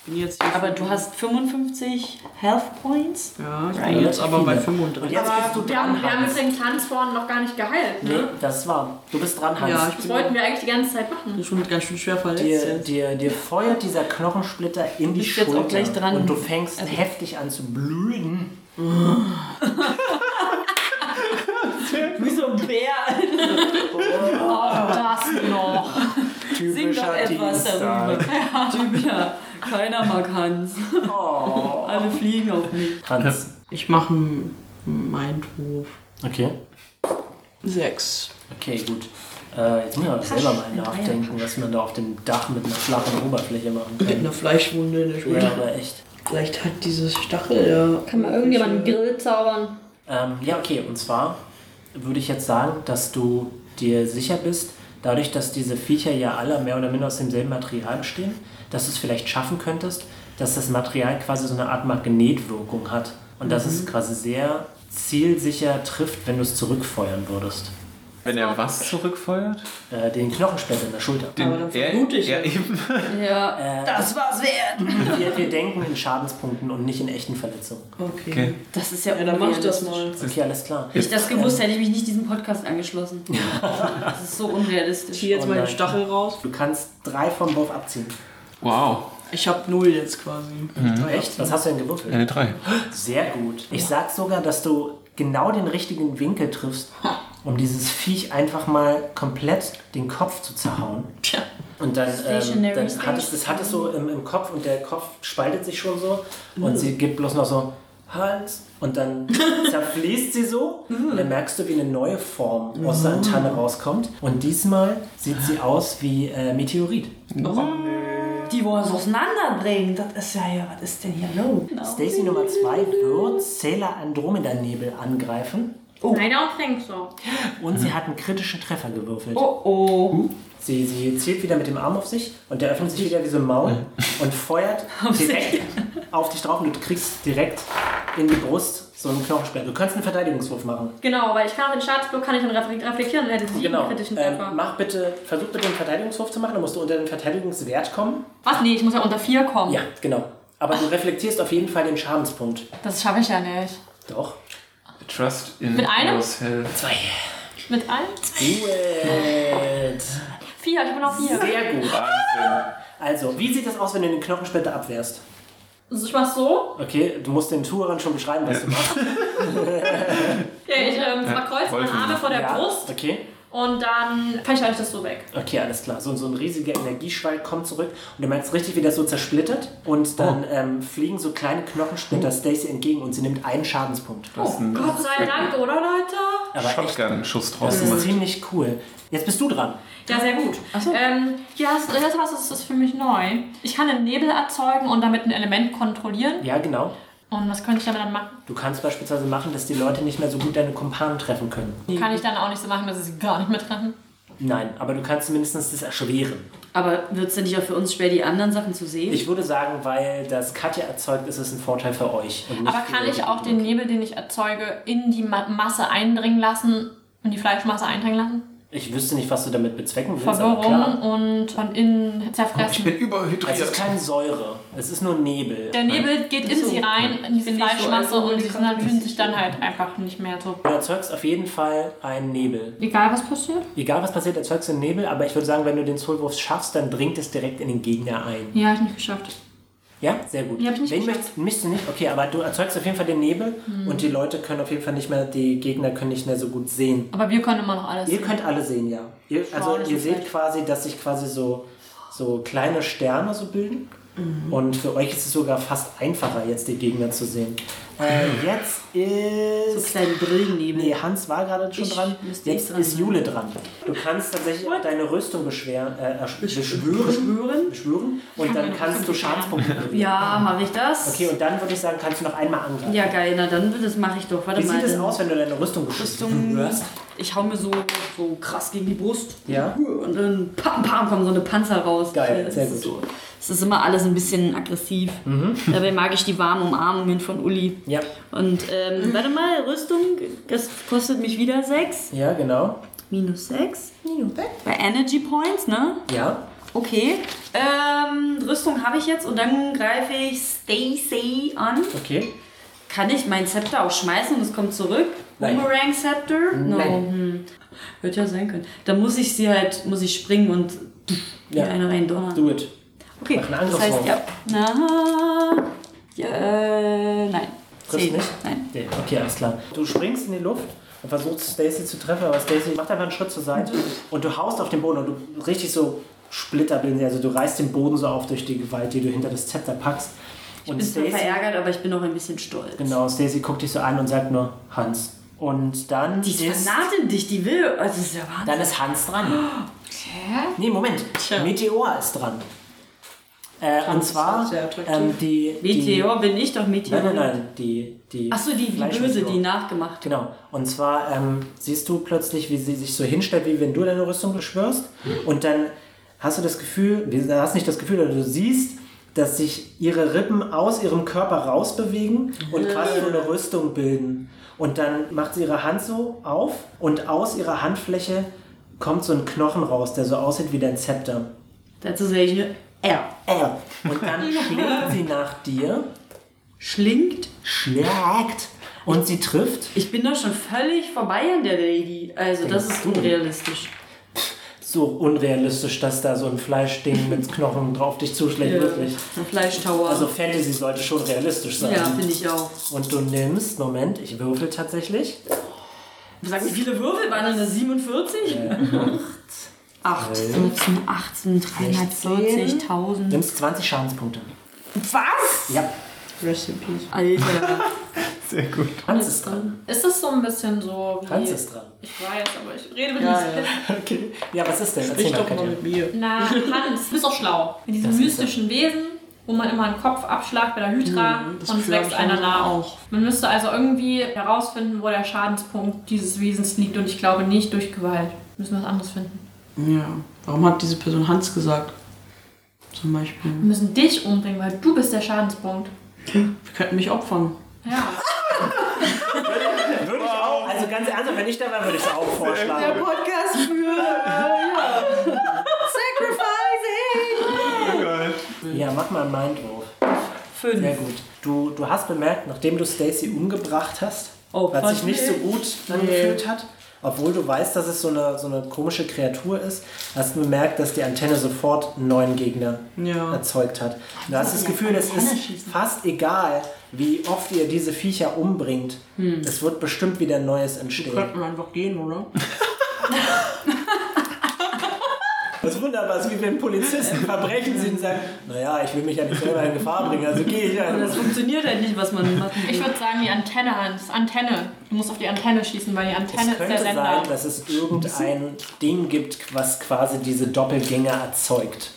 E: Bin jetzt hier
D: Aber du hast 55 Health Points.
E: ja, ich bin jetzt aber bei 35.
B: Jetzt bist du
A: Aber wir haben,
B: dran,
A: wir haben
B: Hans.
A: jetzt den Tanz vorhin noch gar nicht geheilt,
B: Nee,
A: ne?
B: das war. Du bist dran, Hans.
E: Ja, ich
A: Das
E: bin
A: wollten wir eigentlich die ganze Zeit machen.
E: schon ganz schön schwer verletzt.
B: Dir,
E: jetzt.
B: dir, dir feuert dieser Knochensplitter in die
D: Bist jetzt
B: Schulter
D: auch gleich dran. Also-
B: und du fängst heftig an zu blühen.
D: Wie so ein Bär.
A: Oh, Das noch.
D: Sing doch etwas darüber. Typ, ja. Keiner mag Hans.
B: Oh.
D: Alle fliegen auf mich.
B: Hans.
E: Ich mache einen Mindhof.
B: Okay.
E: Sechs.
B: Okay, gut. Äh, jetzt muss man selber mal nachdenken, was man da auf dem Dach mit einer flachen Oberfläche machen
E: Mit
B: kann.
E: einer Fleischwunde in der
B: Ja,
E: Schulter.
B: aber echt.
E: Vielleicht hat dieses Stachel ja.
A: Kann mal irgendjemand einen Grill zaubern?
B: Ähm, ja, okay. Und zwar würde ich jetzt sagen, dass du dir sicher bist, dadurch, dass diese Viecher ja alle mehr oder minder aus demselben Material bestehen, dass du es vielleicht schaffen könntest, dass das Material quasi so eine Art Magnetwirkung hat. Und dass es quasi sehr zielsicher trifft, wenn du es zurückfeuern würdest.
C: Wenn er was zurückfeuert?
B: Äh, den Knochensplitter in der Schulter.
E: Aber dann
C: er,
E: verblute ich
C: ja, eben.
D: Ja.
E: Das war's wert!
B: Wir, wir denken in Schadenspunkten und nicht in echten Verletzungen.
E: Okay.
C: Okay.
D: Das ist ja,
E: Ja, dann mach ich das
D: unrealistisch.
E: mal.
B: Okay, alles klar.
D: Hätte ich das gewusst, hätte ich mich nicht diesem Podcast angeschlossen. Das ist so unrealistisch.
E: Zieh jetzt
B: Oh
E: meinen
B: nein.
E: Stachel raus.
B: Du kannst drei vom Wurf abziehen.
C: Wow,
E: Ich habe null jetzt quasi.
B: Echt? Was hast du denn gewürfelt?
C: eine 3.
B: Sehr gut. Ich sag sogar, dass du genau den richtigen Winkel triffst, um dieses Viech einfach mal komplett den Kopf zu zerhauen.
E: Tja.
B: Und dann, ähm,
D: Stationary
B: dann hat es, das hat es so im, im Kopf und der Kopf spaltet sich schon so und sie gibt bloß noch so Hals und dann zerfließt sie so und dann merkst du, wie eine neue Form aus der Antenne rauskommt und diesmal sieht sie aus wie äh, Meteorit.
D: Die wollen es auseinanderbringen. Das ist ja, ja, was ist denn hier los?
B: Stacy Nummer 2 wird Sailor Andromeda Nebel angreifen
A: Nein, I don't think so.
B: und sie hat einen kritischen Treffer gewürfelt.
D: Oh oh.
B: Mhm. Hm? Sie, sie zielt wieder mit dem Arm auf sich und der öffnet sich wieder wie so ein Maul und feuert direkt auf dich drauf und du kriegst direkt in die Brust so einen Knochensperr. Du kannst einen Verteidigungswurf machen.
A: Genau, weil ich kann auf den Staatsblock kann ich dann reflek- reflektieren und hätte sieben kritischen
B: Ähm,
A: Treffer.
B: mach bitte, versuch bitte einen Verteidigungswurf zu machen, dann musst du unter den Verteidigungswert kommen.
A: Was? Nee, ich muss ja unter vier kommen.
B: Ja, genau. Aber du reflektierst auf jeden Fall den Schadenspunkt.
A: Das schaffe ich ja nicht.
B: Doch.
C: Trust in
A: Mit einem?
C: yourself.
B: Zwei.
A: Mit allen?
B: Do it.
A: Vier, ich bin auf vier.
B: Sehr gut.
C: Wahnsinn.
B: Also, wie sieht das aus, wenn du den Knochensplitter abwehrst?
A: Also ich mach's so.
B: Okay, du musst den Tourern schon beschreiben, was du machst.
A: Ja, ich ähm, verkreuze meine
C: Wolfen.
A: Arme vor der
B: Ja,
A: Brust
B: Okay.
A: und dann fächere ich das so weg.
B: Okay, alles klar. So, so ein riesiger Energieschwall kommt zurück und du merkst richtig, wie das so zersplittert. Und dann ähm, fliegen so kleine Knochensplitter Stacy entgegen und sie nimmt einen Schadenspunkt.
A: Oh,
C: Das ist ein
A: Gott sei Dank, oder Leute?
B: Aber echt,
C: Shotgun-Schuss draus
B: das ist
C: gemacht.
B: ziemlich cool. Jetzt bist du dran.
A: Ja, sehr gut. Ähm, ja, das, das was ist das für mich neu. Ich kann den Nebel erzeugen und damit ein Element kontrollieren.
B: Ja, genau.
A: Und was könnte ich damit dann machen?
B: Du kannst beispielsweise machen, dass die Leute nicht mehr so gut deine Kumpanen treffen können.
A: Kann ich dann auch nicht so machen, dass ich sie gar nicht mehr treffen?
B: Nein, aber du kannst zumindest das erschweren.
D: Aber wird es denn nicht auch für uns schwer, die anderen Sachen zu sehen?
B: Ich würde sagen, weil das Katja erzeugt, ist es ein Vorteil für euch. und nicht
A: Aber
B: für
A: kann
B: die
A: ich auch den
B: anderen.
A: Nebel, den ich erzeuge, in die Ma Masse eindringen lassen, in die Fleischmasse eindringen lassen?
B: Ich wüsste nicht, was du damit bezwecken willst, aber
A: Verwirrung
B: klar.
A: und von innen
C: Ich
A: zerfressen.
C: bin
B: Es ist
C: überhydriert.
B: keine Säure. Es ist nur Nebel.
A: Der Nebel geht in sie rein, in diese
D: Bin ich so
A: Fleischmasse
D: alt,
A: und
D: die
A: sie sind
D: kann
A: halt,
D: ich
A: fühlen sich dann halt einfach nicht mehr so.
B: Du erzeugst auf jeden Fall einen Nebel.
A: Egal was passiert?
B: Egal was passiert, erzeugst du einen Nebel, aber ich würde sagen, wenn du den Soulwurf schaffst, dann dringt es direkt in den Gegner ein.
A: Ja, hab ich nicht geschafft.
B: Ja, sehr gut.
A: Ja, hab ich nicht
B: Wen
A: geschafft. Mhm.
B: möchtest, möchtest du nicht? Okay, aber du erzeugst auf jeden Fall den Nebel und die Leute können auf jeden Fall nicht mehr, die Gegner können nicht mehr so gut sehen.
A: Aber wir können immer noch alles.
B: Ihr könnt alle sehen, ja. Ihr, also
A: das
B: ihr
A: ist
B: seht
A: halt-
B: quasi, dass sich quasi so, so kleine
A: Mhm.
B: Sterne so bilden. Und für euch ist es sogar fast einfacher, jetzt die Gegner zu sehen.
A: Ah.
B: Äh, jetzt
D: So einen
B: ist.
D: kleinen Brillennebel.
B: Nee, Hans war gerade schon
D: Ich
B: dran.
D: müsste
B: Jetzt
D: ich dran
B: ist
D: sein.
B: Jule dran. Du kannst tatsächlich auch deine Rüstung beschweren, äh, ersch- beschwören,
D: Schwören?
B: beschwören und dann kannst du Schadenspunkte bewegen.
D: Ja, mache ich das?
B: Okay, und dann würde ich sagen, kannst du noch einmal angreifen.
D: ja, geil, na dann, das mache ich doch. Warte
B: Wie
D: mal.
B: sieht es
D: dann-
B: aus, wenn du deine Rüstung
D: Rüstung.
B: beschwörst?
D: Ich hau mir so, so krass gegen die Brust.
B: Ja.
D: Und dann pam, pam, kommen so eine Panzer raus.
B: Geil,
D: Das
B: sehr
D: ist So.
B: gut. Mhm.
D: Es ist immer alles ein bisschen aggressiv. Dabei mag ich die warmen Umarmungen von Uli.
B: Ja.
D: Und ähm, warte mal, Rüstung, das kostet mich wieder 6.
B: Ja, genau.
D: Minus 6. Bei Energy Points, ne?
B: Ja.
D: Okay. Ähm, Rüstung habe ich jetzt und dann greife ich Stacy an.
B: Okay.
D: Kann ich mein Zepter auch schmeißen und es kommt zurück?
B: Nein.
D: Boomerang Scepter? No.
B: Nein.
D: Hm. Wird ja sein können. Dann muss ich sie halt, muss ich springen und ja.
B: Ja.
D: eine reindonnern.
B: Do it.
D: Okay,
B: Mach einen
D: das heißt
B: Angriffswurf.
D: ja. Na, ja, äh, nein.
B: Triffst
D: Zehn.
B: nicht?
D: Nein.
B: Nee, Okay, alles klar. Du springst in die Luft und versuchst Stacy zu treffen, aber Stacy macht einfach einen Schritt zur Seite und du haust auf den Boden und du richtig so Splitterbilden, also du reißt den Boden so auf durch die Gewalt, die du hinter das Zepter packst. Und
D: Ich bin zwar verärgert, aber ich bin auch ein bisschen stolz.
B: genau, Stacy guckt dich so an und sagt nur Hans. Und dann
D: Die
B: ist,
D: vernaht dich, die will. Also, das ist ja Wahnsinn.
B: dann ist Hans dran. Nee, Moment. Meteor ist dran. Äh, und zwar
E: sehr attraktiv.
B: ähm, die, die
D: Meteor bin ich doch Meteor.
B: Nein, nein, nein, die die
D: Achso, die, die böse,
B: Fleischmeteor.
D: die nachgemacht.
B: Genau. Und zwar ähm, siehst du plötzlich, wie sie sich so hinstellt, wie wenn du deine Rüstung beschwörst. Und dann hast du das Gefühl, wie- dann hast du nicht das Gefühl, aber du siehst, dass sich ihre Rippen aus ihrem Körper rausbewegen und quasi so eine Rüstung bilden. Und dann macht sie ihre Hand so auf und aus ihrer Handfläche kommt so ein Knochen raus, der so aussieht wie dein Zepter.
D: Dazu sehe ich nur R.
B: Äh. Und dann schlägt sie nach dir,
D: Schlingt.
B: schlägt und sie trifft.
D: Ich bin doch schon völlig vorbei an der Lady. Also,
B: Genau.
D: das ist unrealistisch.
B: so unrealistisch, dass da so ein Fleischding mit Knochen drauf dich zuschlägt, wirklich.
D: Ein Fleischtower.
B: Also ähm, Fantasy sollte schon realistisch sein.
D: ja, finde ich Mhm. auch.
B: Und du nimmst, Moment, ich würfel tatsächlich.
D: Sag wie viele Würfel waren denn das? 47? 8. 14, 18, 340.000.
B: Nimmst 20 Schadenspunkte.
D: Was?
B: Ja.
D: Alter.
C: Sehr gut.
B: Hans ist dran.
E: Ist das so ein bisschen so wie.
B: Hans ist dran.
E: Ich weiß, aber ich rede mit
A: Ja,
E: diesem-
B: Okay. Ja, was ist denn? Erzähl
A: Ich
B: mal,
A: doch mal
B: Katja.
A: mit mir.
E: Na, Hans, du bist doch schlau. Mit diesem mystischen Wesen, wo man immer einen Kopf abschlagt bei der Hydra
A: Mhm,
E: und es wächst einer nach.
A: auch.
E: Man müsste also irgendwie herausfinden, wo der Schadenspunkt dieses Wesens liegt und ich glaube nicht durch Gewalt. Müssen wir was anderes finden.
A: Ja. Warum hat diese Person Hans gesagt? Zum Beispiel.
E: Wir müssen dich umbringen, weil du bist der Schadenspunkt.
A: Wir könnten mich opfern.
E: Ja.
B: Würde ich auch. Also ganz ernsthaft, wenn ich dabei wäre, würde ich es auch vorschlagen.
A: Podcast für.
B: Ja, mach mal einen Mindwurf. Fünf. Sehr gut. Du, du hast bemerkt, nachdem du Stacy umgebracht hast,
D: Oh,
B: was sich
D: fast
B: nicht so gut angefühlt hat, obwohl du weißt, dass es so eine, so eine komische Kreatur ist, hast du bemerkt, dass die Antenne sofort einen neuen Gegner
A: Ja.
B: erzeugt hat. Du hast das Gefühl, es ist fast egal, wie oft ihr diese Viecher umbringt. Es wird bestimmt wieder Neues entstehen.
A: Könnten wir einfach gehen, oder?
B: Das ist wunderbar, es gibt den Polizisten, verbrechen sie und sagen, naja, ich will mich ja nicht selber in Gefahr bringen, also gehe ich einfach.
D: Das funktioniert halt nicht, was man macht.
E: Ich würde sagen, die Antenne, Hans. Antenne. Du musst auf die Antenne schießen, weil die Antenne
B: Es
E: ist der
B: könnte
E: Sender.
B: sein, dass es irgendein Ding gibt, was quasi diese Doppelgänger erzeugt.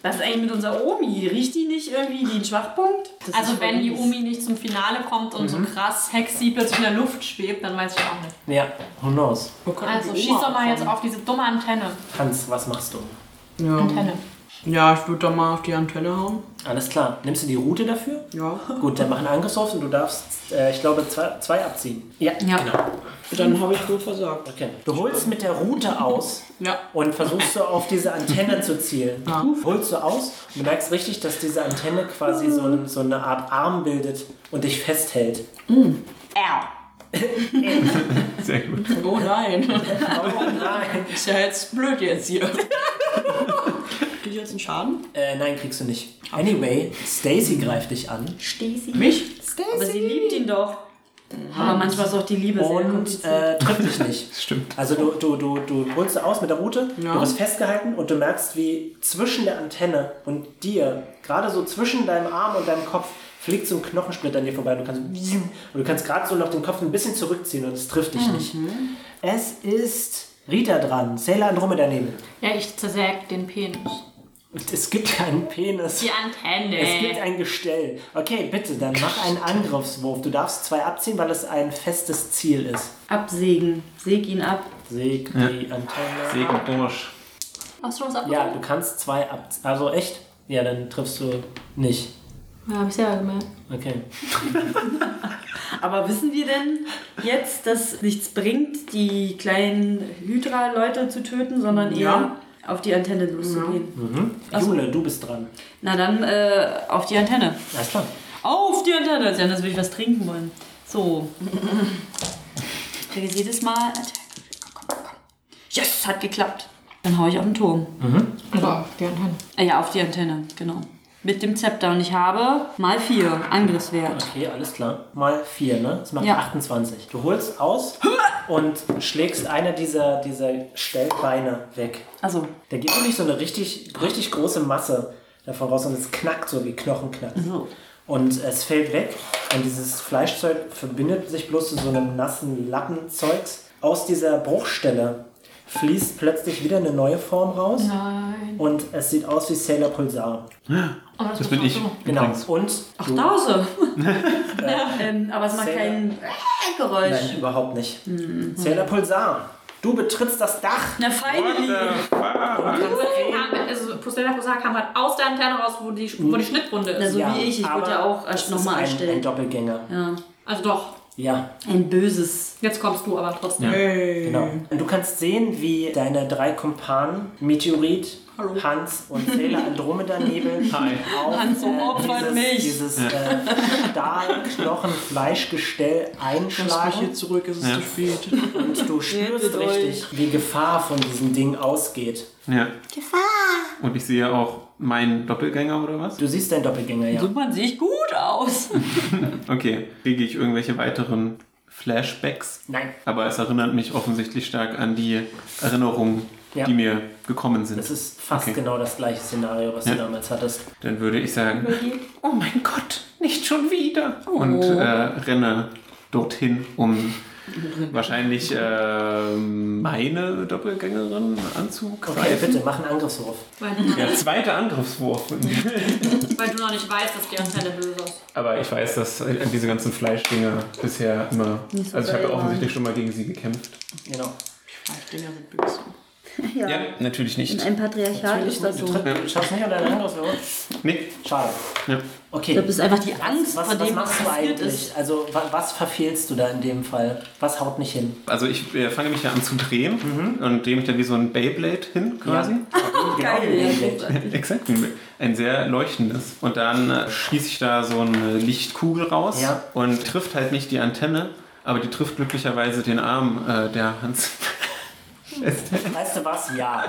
D: Was ist eigentlich mit unserer Omi? Riecht die nicht irgendwie den Schwachpunkt? Das
E: also
D: ist
E: wenn die
D: verrückt.
E: Omi nicht zum Finale kommt und
B: Mhm.
E: so krass hexy plötzlich in der Luft schwebt, dann weiß ich auch nicht.
B: Ja, who knows?
A: Wir könnten
E: Also
A: die
E: schieß
A: Oma
E: doch mal jetzt
A: opfern.
E: auf diese dumme Antenne.
B: Hans, was machst du?
A: Ja,
E: Antenne.
A: ja ich würde da mal auf die Antenne hauen.
B: Alles klar. Nimmst du die Route dafür?
A: Ja.
B: Gut, dann mach einen Angriffswurf und du darfst, äh, ich glaube, zwei, zwei abziehen. Ja,
D: Ja.
B: genau.
A: Dann habe ich wohl versagt.
B: Okay. Du holst mit der Route aus
A: Ja.
B: und versuchst so auf diese Antenne zu zielen. Holst du aus und du merkst richtig, dass diese Antenne quasi so, ein, so eine Art Arm bildet und dich festhält.
C: Sehr gut.
A: Oh nein.
B: Oh nein.
A: Ist ja jetzt blöd jetzt hier. Krieg ich jetzt einen Schaden?
B: Äh, nein, kriegst du nicht. Anyway, Stacy greift dich an.
A: Mich?
D: Aber sie liebt ihn doch. Aber manchmal ist auch die Liebe sehr
B: und
D: kompliziert.
B: äh, trifft dich nicht.
C: Das stimmt.
B: Also du, du, du, du holst du aus mit der Rute, du
D: Ja.
B: wirst festgehalten und du merkst, wie zwischen der Antenne und dir, gerade so zwischen deinem Arm und deinem Kopf, fliegt so ein Knochensplitter an dir vorbei. Und du kannst, und du kannst gerade so noch den Kopf ein bisschen zurückziehen und es trifft dich nicht.
D: Mhm.
B: Es ist Rita dran, Sailor Andromeda Nebel.
A: Ja, ich zersäg den Penis.
B: Und Es gibt keinen Penis.
A: Die Antenne.
B: Es gibt ein Gestell. Okay, bitte, dann mach einen Angriffswurf. Du darfst zwei abziehen, weil es ein festes Ziel ist.
D: Absägen. Säg ihn ab.
B: Säg die Antenne.
C: Segen durch.
A: Hast du was
B: Ja,
A: abgeholt?
B: du kannst zwei ab. Also echt? Ja, dann triffst du nicht.
A: Ja, hab ich selber gemerkt.
B: Okay.
D: Aber wissen wir denn jetzt, dass nichts bringt, die kleinen Hydra-Leute zu töten, sondern eher
B: Ja.
D: auf die Antenne loszugehen?
B: Jule, du bist dran.
D: Na dann äh, auf die Antenne.
B: Alles klar.
D: Auf die Antenne! Jan, das will ich was trinken wollen. So. Ich kriege jedes Mal. Komm, komm, komm. Yes, hat geklappt. Mhm. Dann hau ich auf den Turm.
A: Oder die Antenne.
D: Äh, ja, auf die Antenne, genau. Mit dem Zepter. Und ich habe mal vier Angriffswert.
B: Okay, alles klar. Mal 4, ne? Das macht
D: Ja.
B: 28. Du holst aus und schlägst eine dieser, dieser Stellbeine weg.
D: Also,
B: Da geht nämlich so eine richtig, richtig große Masse davon raus und es knackt so wie Knochenknacken. Und es fällt weg und dieses Fleischzeug verbindet sich bloß zu so einem nassen Lappenzeugs. Aus dieser Bruchstelle fließt plötzlich wieder eine neue Form raus
A: Nein.
B: und es sieht aus wie Sailor Pulsar.
A: Aber das,
C: Das
A: ist
C: bin
A: auch
C: ich.
A: So.
B: Genau.
C: Übrigens.
B: Und du,
D: da ist er. ähm, aber es macht
B: Sehr-
D: kein äh, Geräusch.
B: nein, überhaupt nicht.
D: Mhm.
B: Sailor Pulsar, du betrittst das Dach.
D: Na, finally.
A: Kam, also, Pustelda Pusar kam halt aus der Antenne raus, wo die, wo die Schnittrunde
D: Na,
A: ist.
D: so wie ich. Ich
B: aber
D: wurde ja auch
B: es
D: erst
B: ist
D: nochmal
B: ein, ein
D: erstellt.
B: Doppelgänger.
D: Ja.
A: Also doch.
B: Ja,
D: Ein böses.
A: Jetzt kommst du aber trotzdem.
B: Genau. Und du kannst sehen, wie deine drei Kumpanen, Meteorit, Hans und Sailor Andromeda Nebel
C: Hi.
B: auf äh,
D: Hans, so opfert
B: dieses,
D: mich.
B: dieses äh, Stahlknochen-Fleischgestell einschlagen.
E: zurück, es ist zu spät.
B: Und du spürst richtig, wie Gefahr von diesem Ding ausgeht.
C: Ja. Gefahr. Und ich sehe auch meinen Doppelgänger oder was?
B: Du siehst deinen Doppelgänger, ja.
D: Super, sehe ich gut aus.
C: Okay. Kriege ich irgendwelche weiteren Flashbacks?
B: Nein.
C: Aber es erinnert mich offensichtlich stark an die Erinnerungen,
B: Ja.
C: die mir gekommen sind.
B: Das ist fast
C: Okay.
B: genau das gleiche Szenario, was du damals hattest.
C: Dann würde ich sagen, oh mein Gott, nicht schon wieder. Und äh, renne dorthin, um wahrscheinlich äh, meine Doppelgängerin
B: Okay,
C: anzugreifen.
B: bitte, mach einen Angriffswurf.
A: Weil, du,
C: Der zweite Angriffswurf.
A: weil du noch nicht weißt, dass die Antenne böse ist.
C: Aber ich weiß, dass äh, diese ganzen Fleischdinger bisher immer.
D: Nicht so
C: also ich habe
D: geil
C: ja offensichtlich
D: waren.
C: schon mal gegen sie gekämpft.
B: Genau.
A: Ah,
E: Dinger mit Büchsen.
C: Ja, natürlich nicht.
D: Ein Patriarchat
B: Natürlich,
D: ist das
B: du,
D: so.
B: tritt- du schaffst nicht an deinen Angriffswurf.
C: Nee.
B: Schade.
C: Ja.
B: Okay.
D: Du bist einfach die Angst
B: was,
D: vor
B: was
D: dem, was,
B: machst du
D: passiert
B: eigentlich?
D: ist.
B: Also was, was verfehlst du da in dem Fall? Was haut nicht hin?
C: Also ich äh, fange mich ja an zu drehen und drehe mich dann wie so ein Beyblade hin quasi.
B: Genau Geil.
C: Exakt. Ein- Ein sehr leuchtendes. Und dann äh, schieße ich da so eine Lichtkugel raus
B: Ja.
C: und trifft halt nicht die Antenne, aber die trifft glücklicherweise den Arm äh, der Hans.
B: Weißt du was? Ja.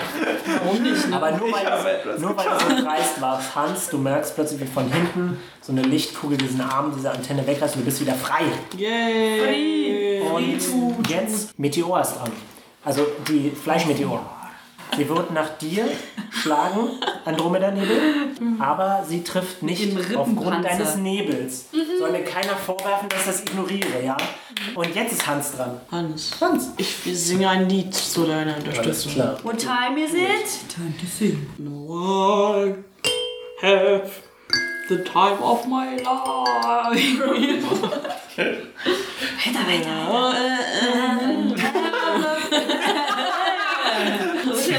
B: Warum nicht? Aber nur weil,
C: habe etwas
B: es, nur weil es so dreist war, Hans, du merkst plötzlich, wie von hinten so eine Lichtkugel diesen Arm, diese Antenne wegreißt und du bist wieder frei. Yay! Und jetzt Meteor ist dran. Also die Fleischmeteor. Sie wird nach dir schlagen, Andromeda-Nebel,
E: Mhm.
B: aber sie trifft nicht
D: Mit dem
B: aufgrund
D: Rippenpanzer.
B: deines Nebels.
E: Mhm.
B: Soll mir keiner vorwerfen, dass ich das ignoriere, ja? Und jetzt ist Hans dran.
E: Hans,
B: Hans.
E: ich singe ein Lied zu deiner Unterstützung.
B: klar.
D: What time is it?
E: Time to sing. No, I have the time of my life.
D: Weiter, weiter.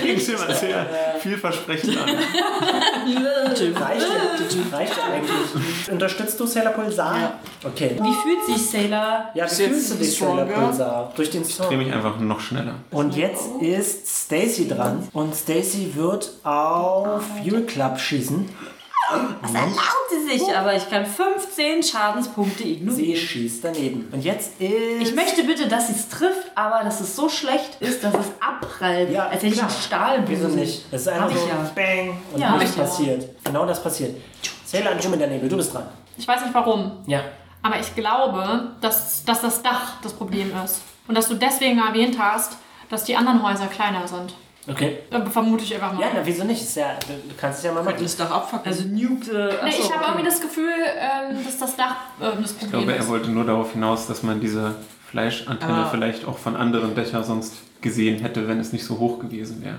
C: Klingt schon mal sehr vielversprechend an.
B: Reicht
E: Äh.
B: dir, reicht dir eigentlich. Unterstützt du Sailor Pulsar? Okay.
D: Wie fühlt sich Sailor?
B: Ja, wie
E: jetzt
B: fühlst du dich, Sailor
E: stronger?
B: Pulsar? Durch den
C: Dreh
B: Song.
C: mich einfach noch schneller.
B: Und jetzt ist Stacy dran. Und Stacy wird
E: Ah,
B: auf Fuel Club schießen.
D: Was erlaubt sie sich? Aber ich kann 15 Schadenspunkte
B: Sie
D: ignorieren.
B: schießt daneben. Und jetzt ist...
D: Ich möchte bitte, dass sie es trifft, aber dass es so schlecht ist, dass es abprallt.
B: Ja,
D: als hätte ich
B: klar.
D: einen Stahlbügel.
B: Wieso nicht? Es ist einfach
D: Hab ich
B: so
D: ja.
B: Bang und
D: Ja, hab
B: nichts
D: ich ja.
B: passiert. Genau das passiert. Sailor Andromeda Nebel, du bist dran.
A: Ich weiß nicht warum.
B: Ja.
A: Aber ich glaube, dass, dass das Dach das Problem ist. Und dass du deswegen erwähnt hast, dass die anderen Häuser kleiner sind.
B: Okay.
A: Äh, Vermute ich einfach mal.
B: Ja, na, wieso nicht? Ist ja, du kannst es ja mal machen.
F: Alles äh, Dach abfacken.
D: Also Nuke. Äh,
A: Nee,
D: achso,
A: ich habe
D: okay.
A: irgendwie das Gefühl, ähm, dass das Dach ähm, das
C: Ich
A: Problem
C: glaube, er
A: ist.
C: wollte nur darauf hinaus, dass man diese Fleischantenne
F: Ah.
C: vielleicht auch von anderen Dächern sonst gesehen hätte, wenn es nicht so hoch gewesen wäre.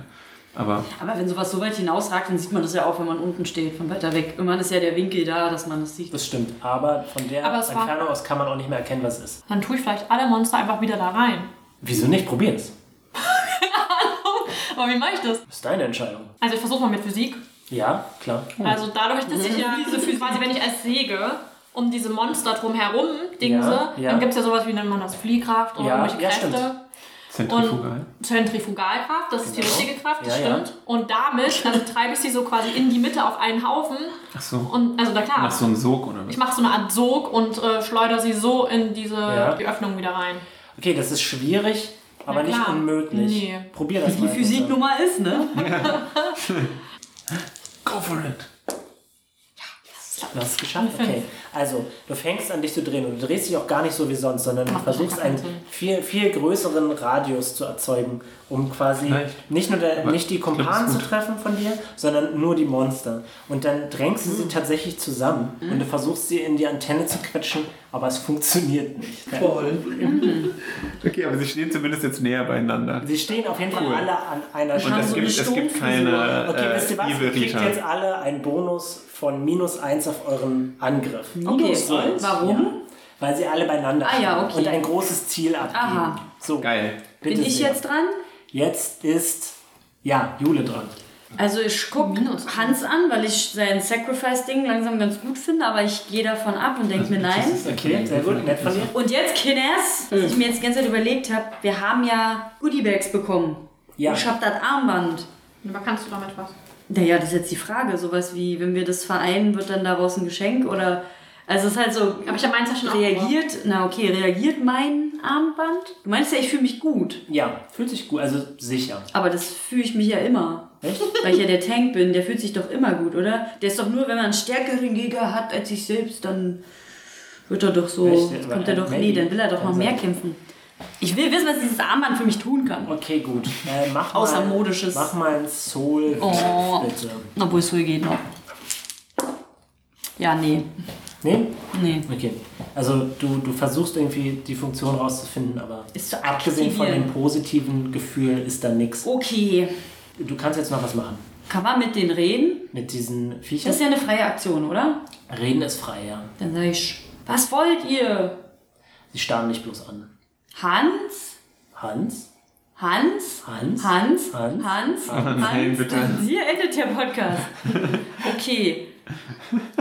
C: Aber
D: Aber wenn sowas so weit hinausragt, dann sieht man das ja auch, wenn man unten steht, von weiter weg. Irgendwann ist ja der Winkel da, dass man das sieht.
B: Das stimmt. Aber von der
A: Aber es war-
B: Entfernung aus kann man auch nicht mehr erkennen, was es ist.
A: Dann tue ich vielleicht alle Monster einfach wieder da rein.
B: Wieso nicht? Probier's.
A: Aber wie mache ich das?
B: Das ist deine Entscheidung.
A: Also ich versuche mal mit Physik.
B: Ja, klar.
A: Also dadurch, dass ich ja diese Physik, quasi, wenn ich als säge um diese Monster drumherum dingse,
B: Ja, ja.
A: dann gibt es ja sowas wie nennt man das Fliehkraft oder
B: Ja,
A: irgendwelche
B: ja,
A: Kräfte.
B: stimmt.
C: zentrifugal.
A: Zentrifugalkraft, das ist die
B: Genau.
A: richtige Kraft, das
B: Ja, ja.
A: stimmt. Und damit also treibe ich sie so quasi in die Mitte auf einen Haufen.
C: Ach so.
A: Und also na klar,
C: Nach so einem Sog oder was?
A: ich mache so eine Art Sog und äh, schleudere sie so in diese
B: Ja.
A: die Öffnung wieder rein.
B: Okay, das ist schwierig, aber
A: Na
B: nicht
A: klar.
B: unmöglich.
A: Nee.
B: Probier das mal.
D: Die Physik nun mal ist, ne?
C: Go for it.
B: Du hast es geschafft. Okay. Also, du fängst an dich zu drehen und du drehst dich auch gar nicht so wie sonst, sondern du
A: Macht
B: versuchst
A: keinen
B: einen
A: Sinn.
B: viel, viel größeren Radius zu erzeugen, um quasi
C: Vielleicht.
B: nicht nur der,
C: Aber
B: nicht die
C: ich glaub, das ist
B: Kumpanen zu
C: gut.
B: treffen von dir, sondern nur die Monster. Und dann drängst
A: Hm.
B: du sie tatsächlich zusammen und du versuchst sie in die Antenne zu quetschen, aber es funktioniert nicht. Ja.
C: Okay, aber sie stehen zumindest jetzt näher beieinander.
B: Sie stehen auf jeden Fall
C: Cool.
B: alle an einer
C: Und
B: Stelle.
C: es gibt, es gibt keine
B: Okay, wisst ihr was?
C: äh,
B: Ihr kriegt
C: Evil-Rita.
B: jetzt alle einen Bonus von minus 1 auf euren Angriff.
D: Okay,
B: So.
D: warum?
B: Ja, weil sie alle beieinander
D: Ah, ja, okay.
B: stehen und ein großes Ziel abgeben.
D: Aha.
B: So,
C: Geil.
B: bitte
D: Bin ich
B: sehr.
D: jetzt dran?
B: Jetzt ist, ja, Jule dran.
D: Also ich gucke Hans an, weil ich sein Sacrifice-Ding langsam ganz gut finde, aber ich gehe davon ab und denke mir, nein.
B: Okay, sehr gut, nett von dir.
D: Und jetzt, Kines,
A: Hm.
D: was ich mir jetzt die ganze Zeit überlegt habe, wir haben ja Goodiebags bekommen.
B: Ja.
D: Ich habe das Armband.
A: Aber kannst du damit was?
D: Naja, das ist jetzt die Frage. Sowas wie, wenn wir das vereinen, wird dann daraus ein Geschenk oder. Also es ist halt so.
A: Aber ich habe meins ja schon auch
D: Reagiert, na okay, reagiert mein Armband? Du meinst ja, ich fühle mich gut.
B: Ja, fühlt sich gut, also sicher.
D: Aber das fühle ich mich ja immer.
B: Echt?
D: Weil ich ja der Tank bin, der fühlt sich doch immer gut, oder? Der ist doch nur, wenn man einen stärkeren Gegner hat als sich selbst, dann wird er doch so.
B: Echt?
D: Kommt er doch. Nee, dann will er doch noch mehr kämpfen. Ich will wissen, was dieses Armband für mich tun kann.
B: Okay, gut. Äh, mach
D: Außer
B: mal,
D: modisches.
B: Mach mal ein Soul,
D: Oh.
B: bitte.
D: Obwohl es wohl geht noch. Ja, nee.
B: Nee?
D: Nee.
B: Okay. Also du, du versuchst irgendwie die Funktion rauszufinden, aber
D: Ist zu
B: abgesehen von
D: aktivieren.
B: dem positiven Gefühl ist da nichts.
D: Okay.
B: Du kannst jetzt noch was machen.
D: Kann man mit denen reden?
B: Mit diesen
D: Das
B: Viechern.
D: ist ja eine freie Aktion, oder?
B: Reden ist frei, ja.
D: Dann sage ich, was wollt ihr?
B: Sie starren nicht bloß an.
D: Hans?
B: Hans?
D: Hans?
B: Hans?
D: Hans?
B: Hans?
D: Hans?
C: Ah, Nein, bitte.
D: Hier endet der Podcast. Okay.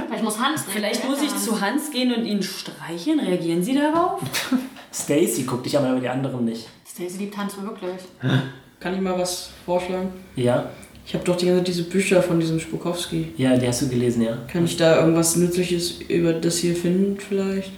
A: Vielleicht muss Hans reden.
D: Vielleicht muss ich zu Hans gehen und ihn streicheln. Reagieren Sie darauf?
B: Stacy guckt dich an, aber die anderen nicht.
A: Stacy liebt Hans wirklich.
F: Kann ich mal was vorschlagen?
B: Ja?
F: Ich habe doch die ganze Zeit diese Bücher von diesem Spukowski.
B: Ja, die hast du gelesen, ja.
F: Kann ich da irgendwas Nützliches über das hier finden vielleicht?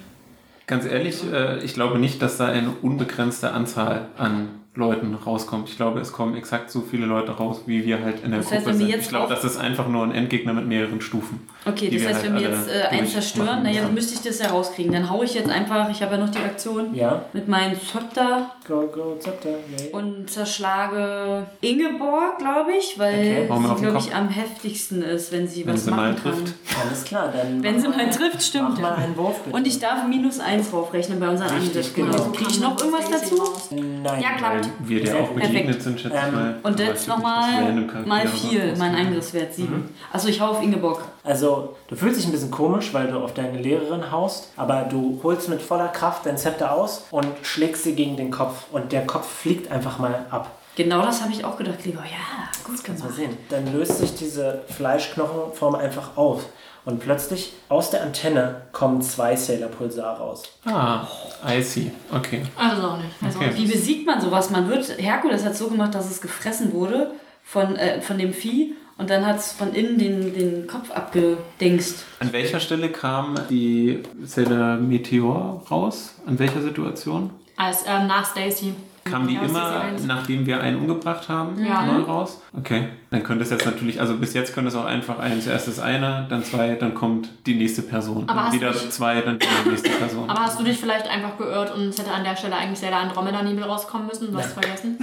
C: Ganz ehrlich, äh, ich glaube nicht, dass da eine unbegrenzte Anzahl an Leuten rauskommt. Ich glaube, es kommen exakt so viele Leute raus, wie wir halt in der
D: Das heißt, wenn
C: Gruppe
D: wir
C: sind.
D: jetzt
C: ich glaube,
D: auf-
C: das ist einfach nur ein Endgegner mit mehreren Stufen.
D: Okay,
C: Die
D: das
C: wir
D: heißt,
C: halt
D: wenn wir
C: alle
D: jetzt äh, eins
C: durchmachen
D: zerstören, naja, dann
C: müssen.
D: müsste ich das ja rauskriegen. Dann hau ich jetzt einfach, ich habe ja noch die Aktion,
B: Ja?
D: mit meinem Zöpter
B: Go, go, Zepter. Yeah.
D: und zerschlage Ingeborg, glaube ich, weil
B: Okay.
C: Hau mir auf
D: sie,
C: den
D: glaube
C: Kopf.
D: ich, am heftigsten ist, wenn sie
C: Wenn
D: was
C: sie mal
D: machen
C: trifft.
D: kann.
B: Alles klar, dann
D: Wenn
B: mach
D: sie mal trifft, stimmt.
B: mach mal einen Wurf, bitte.
D: Und ich darf minus eins draufrechnen bei unseren
B: Richtig,
D: Angriff.
B: genau.
D: Genau. Kriege ich noch irgendwas dazu?
B: Nein.
D: Ja, klar.
C: Weil wir dir
B: Sehr
C: auch
B: gut.
C: begegnet
D: Perfekt.
C: sind, schätze ich
B: Ähm,
C: mal.
D: Und
C: Aber
D: jetzt
C: ich glaube nicht, dass wir
D: nochmal
C: random Charaktere
D: mal
C: haben.
D: 4, mein Angriffswert
C: Mhm.
D: 7. Also ich hau auf Ingeborg.
B: Also, du fühlst dich ein bisschen komisch, weil du auf deine Lehrerin haust, aber du holst mit voller Kraft dein Zepter aus und schlägst sie gegen den Kopf. Und der Kopf fliegt einfach mal ab.
D: Genau das habe ich auch gedacht, lieber. Ja, gut
B: Mal
D: gemacht.
B: sehen. Dann löst sich diese Fleischknochenform einfach auf. Und plötzlich aus der Antenne kommen zwei Sailor-Pulsar raus.
C: Ah, I see. Okay.
A: Also auch nicht. Also
C: Okay.
D: Wie besiegt man sowas? Man wird, Herkules hat so gemacht, dass es gefressen wurde von, äh, von dem Vieh und dann hat es von innen den, den Kopf abgedenkst.
C: An welcher Stelle kam die Sailor Meteor raus? An welcher Situation?
A: Als ähm, nach Stacy.
C: Kam die
A: Ja, das ist
C: immer,
A: eins.
C: nachdem wir einen umgebracht haben,
A: Ja.
C: neu
A: Mhm.
C: raus? Okay. Dann könnte es jetzt natürlich, also bis jetzt könnte es auch einfach ein, zuerst ist einer, dann zwei, dann kommt die nächste Person.
A: Aber
C: dann
A: hast du
C: wieder
A: nicht-
C: zwei, dann wieder die nächste Person.
A: Aber hast du dich vielleicht einfach geirrt und es hätte an der Stelle eigentlich sehr der Andromeda-Nebel rauskommen müssen? Du hast vergessen?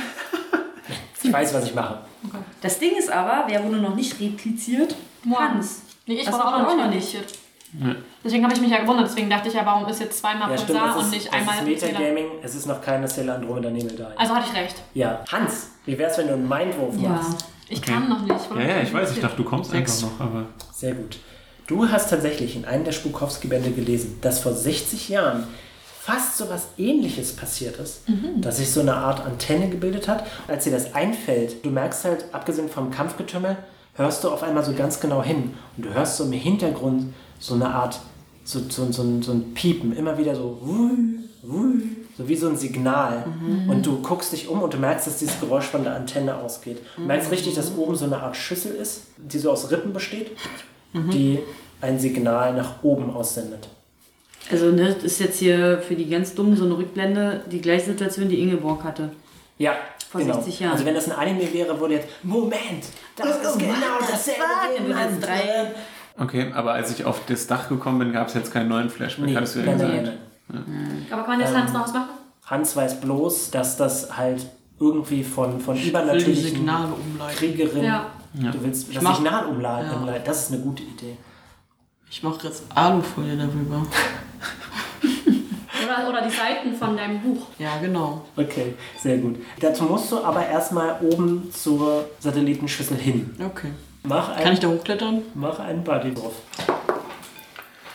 B: Ich weiß, was ich mache.
D: Das Ding ist aber, wer wurde noch nicht repliziert? Hans.
A: Nee, ich
D: Das
A: war
D: war
A: auch
D: auch
A: noch
D: noch
A: nicht. repliziert. Deswegen habe ich mich ja gewundert. Deswegen dachte ich ja, warum ist jetzt zweimal
B: Ja,
A: Pulsar
B: stimmt. Es
A: und
B: ist,
A: nicht
B: es
A: einmal
B: ist Metagaming. Es ist noch keine Stella Andromeda Nebel da.
A: Also hatte ich recht.
B: ja. Hans, wie wär's, wenn du einen Mindwurf machst?
A: Ich
C: Okay.
A: kann noch nicht.
C: ja, ja, ich weiß, ich dachte, du kommst
F: Sechs.
C: einfach noch, aber.
B: Sehr gut. Du hast tatsächlich in einem der Spukowski-Bände gelesen, dass vor 60 Jahren fast so was Ähnliches passiert ist, dass sich so eine Art Antenne gebildet hat. Und als dir das einfällt, du merkst halt, abgesehen vom Kampfgetümmel, hörst du auf einmal so ganz genau hin. Und du hörst so im Hintergrund so eine Art, so, so, so, ein- so ein Piepen, immer wieder so, wuh, wuh, so wie so ein Signal. Und du guckst dich um und du merkst, dass dieses Geräusch von der Antenne ausgeht. Du merkst richtig, dass oben so eine Art Schüssel ist, die so aus Rippen besteht die ein Signal nach oben aussendet.
F: Also, ne, das ist jetzt hier für die ganz Dummen so eine Rückblende, die gleiche Situation, die Ingeborg hatte.
B: Ja,
F: Vor 60 Jahren.
B: Also wenn das ein Anime wäre, würde jetzt, Moment, das ist genau dasselbe.
F: Dann
B: wie im
F: würde jetzt
B: Land.
F: drei-
C: Okay, aber als ich auf das Dach gekommen bin, gab es jetzt keinen neuen Flashback,
B: Nee,
C: hattest du ja
B: nein,
C: gesagt.
B: nein, nein.
A: Aber kann man
B: Ähm.
A: jetzt Hans noch was machen?
B: Hans weiß bloß, dass das halt irgendwie von, von
F: Will die
B: übernatürlichen
F: Signale umleiten.
B: Kriegerin,
A: Ja.
B: du willst das
F: mach-
B: Signal umladen,
F: Ja.
B: umleiten. das ist eine gute Idee.
F: Ich mache jetzt Alufolie darüber.
A: Oder, oder die Seiten von deinem Buch.
F: Ja, genau.
B: Okay, sehr gut. Dazu musst du aber erstmal oben zur Satellitenschüssel hin.
F: Okay.
B: Mach
F: Kann
B: einen,
F: ich da hochklettern?
B: mach einen Buddy drauf.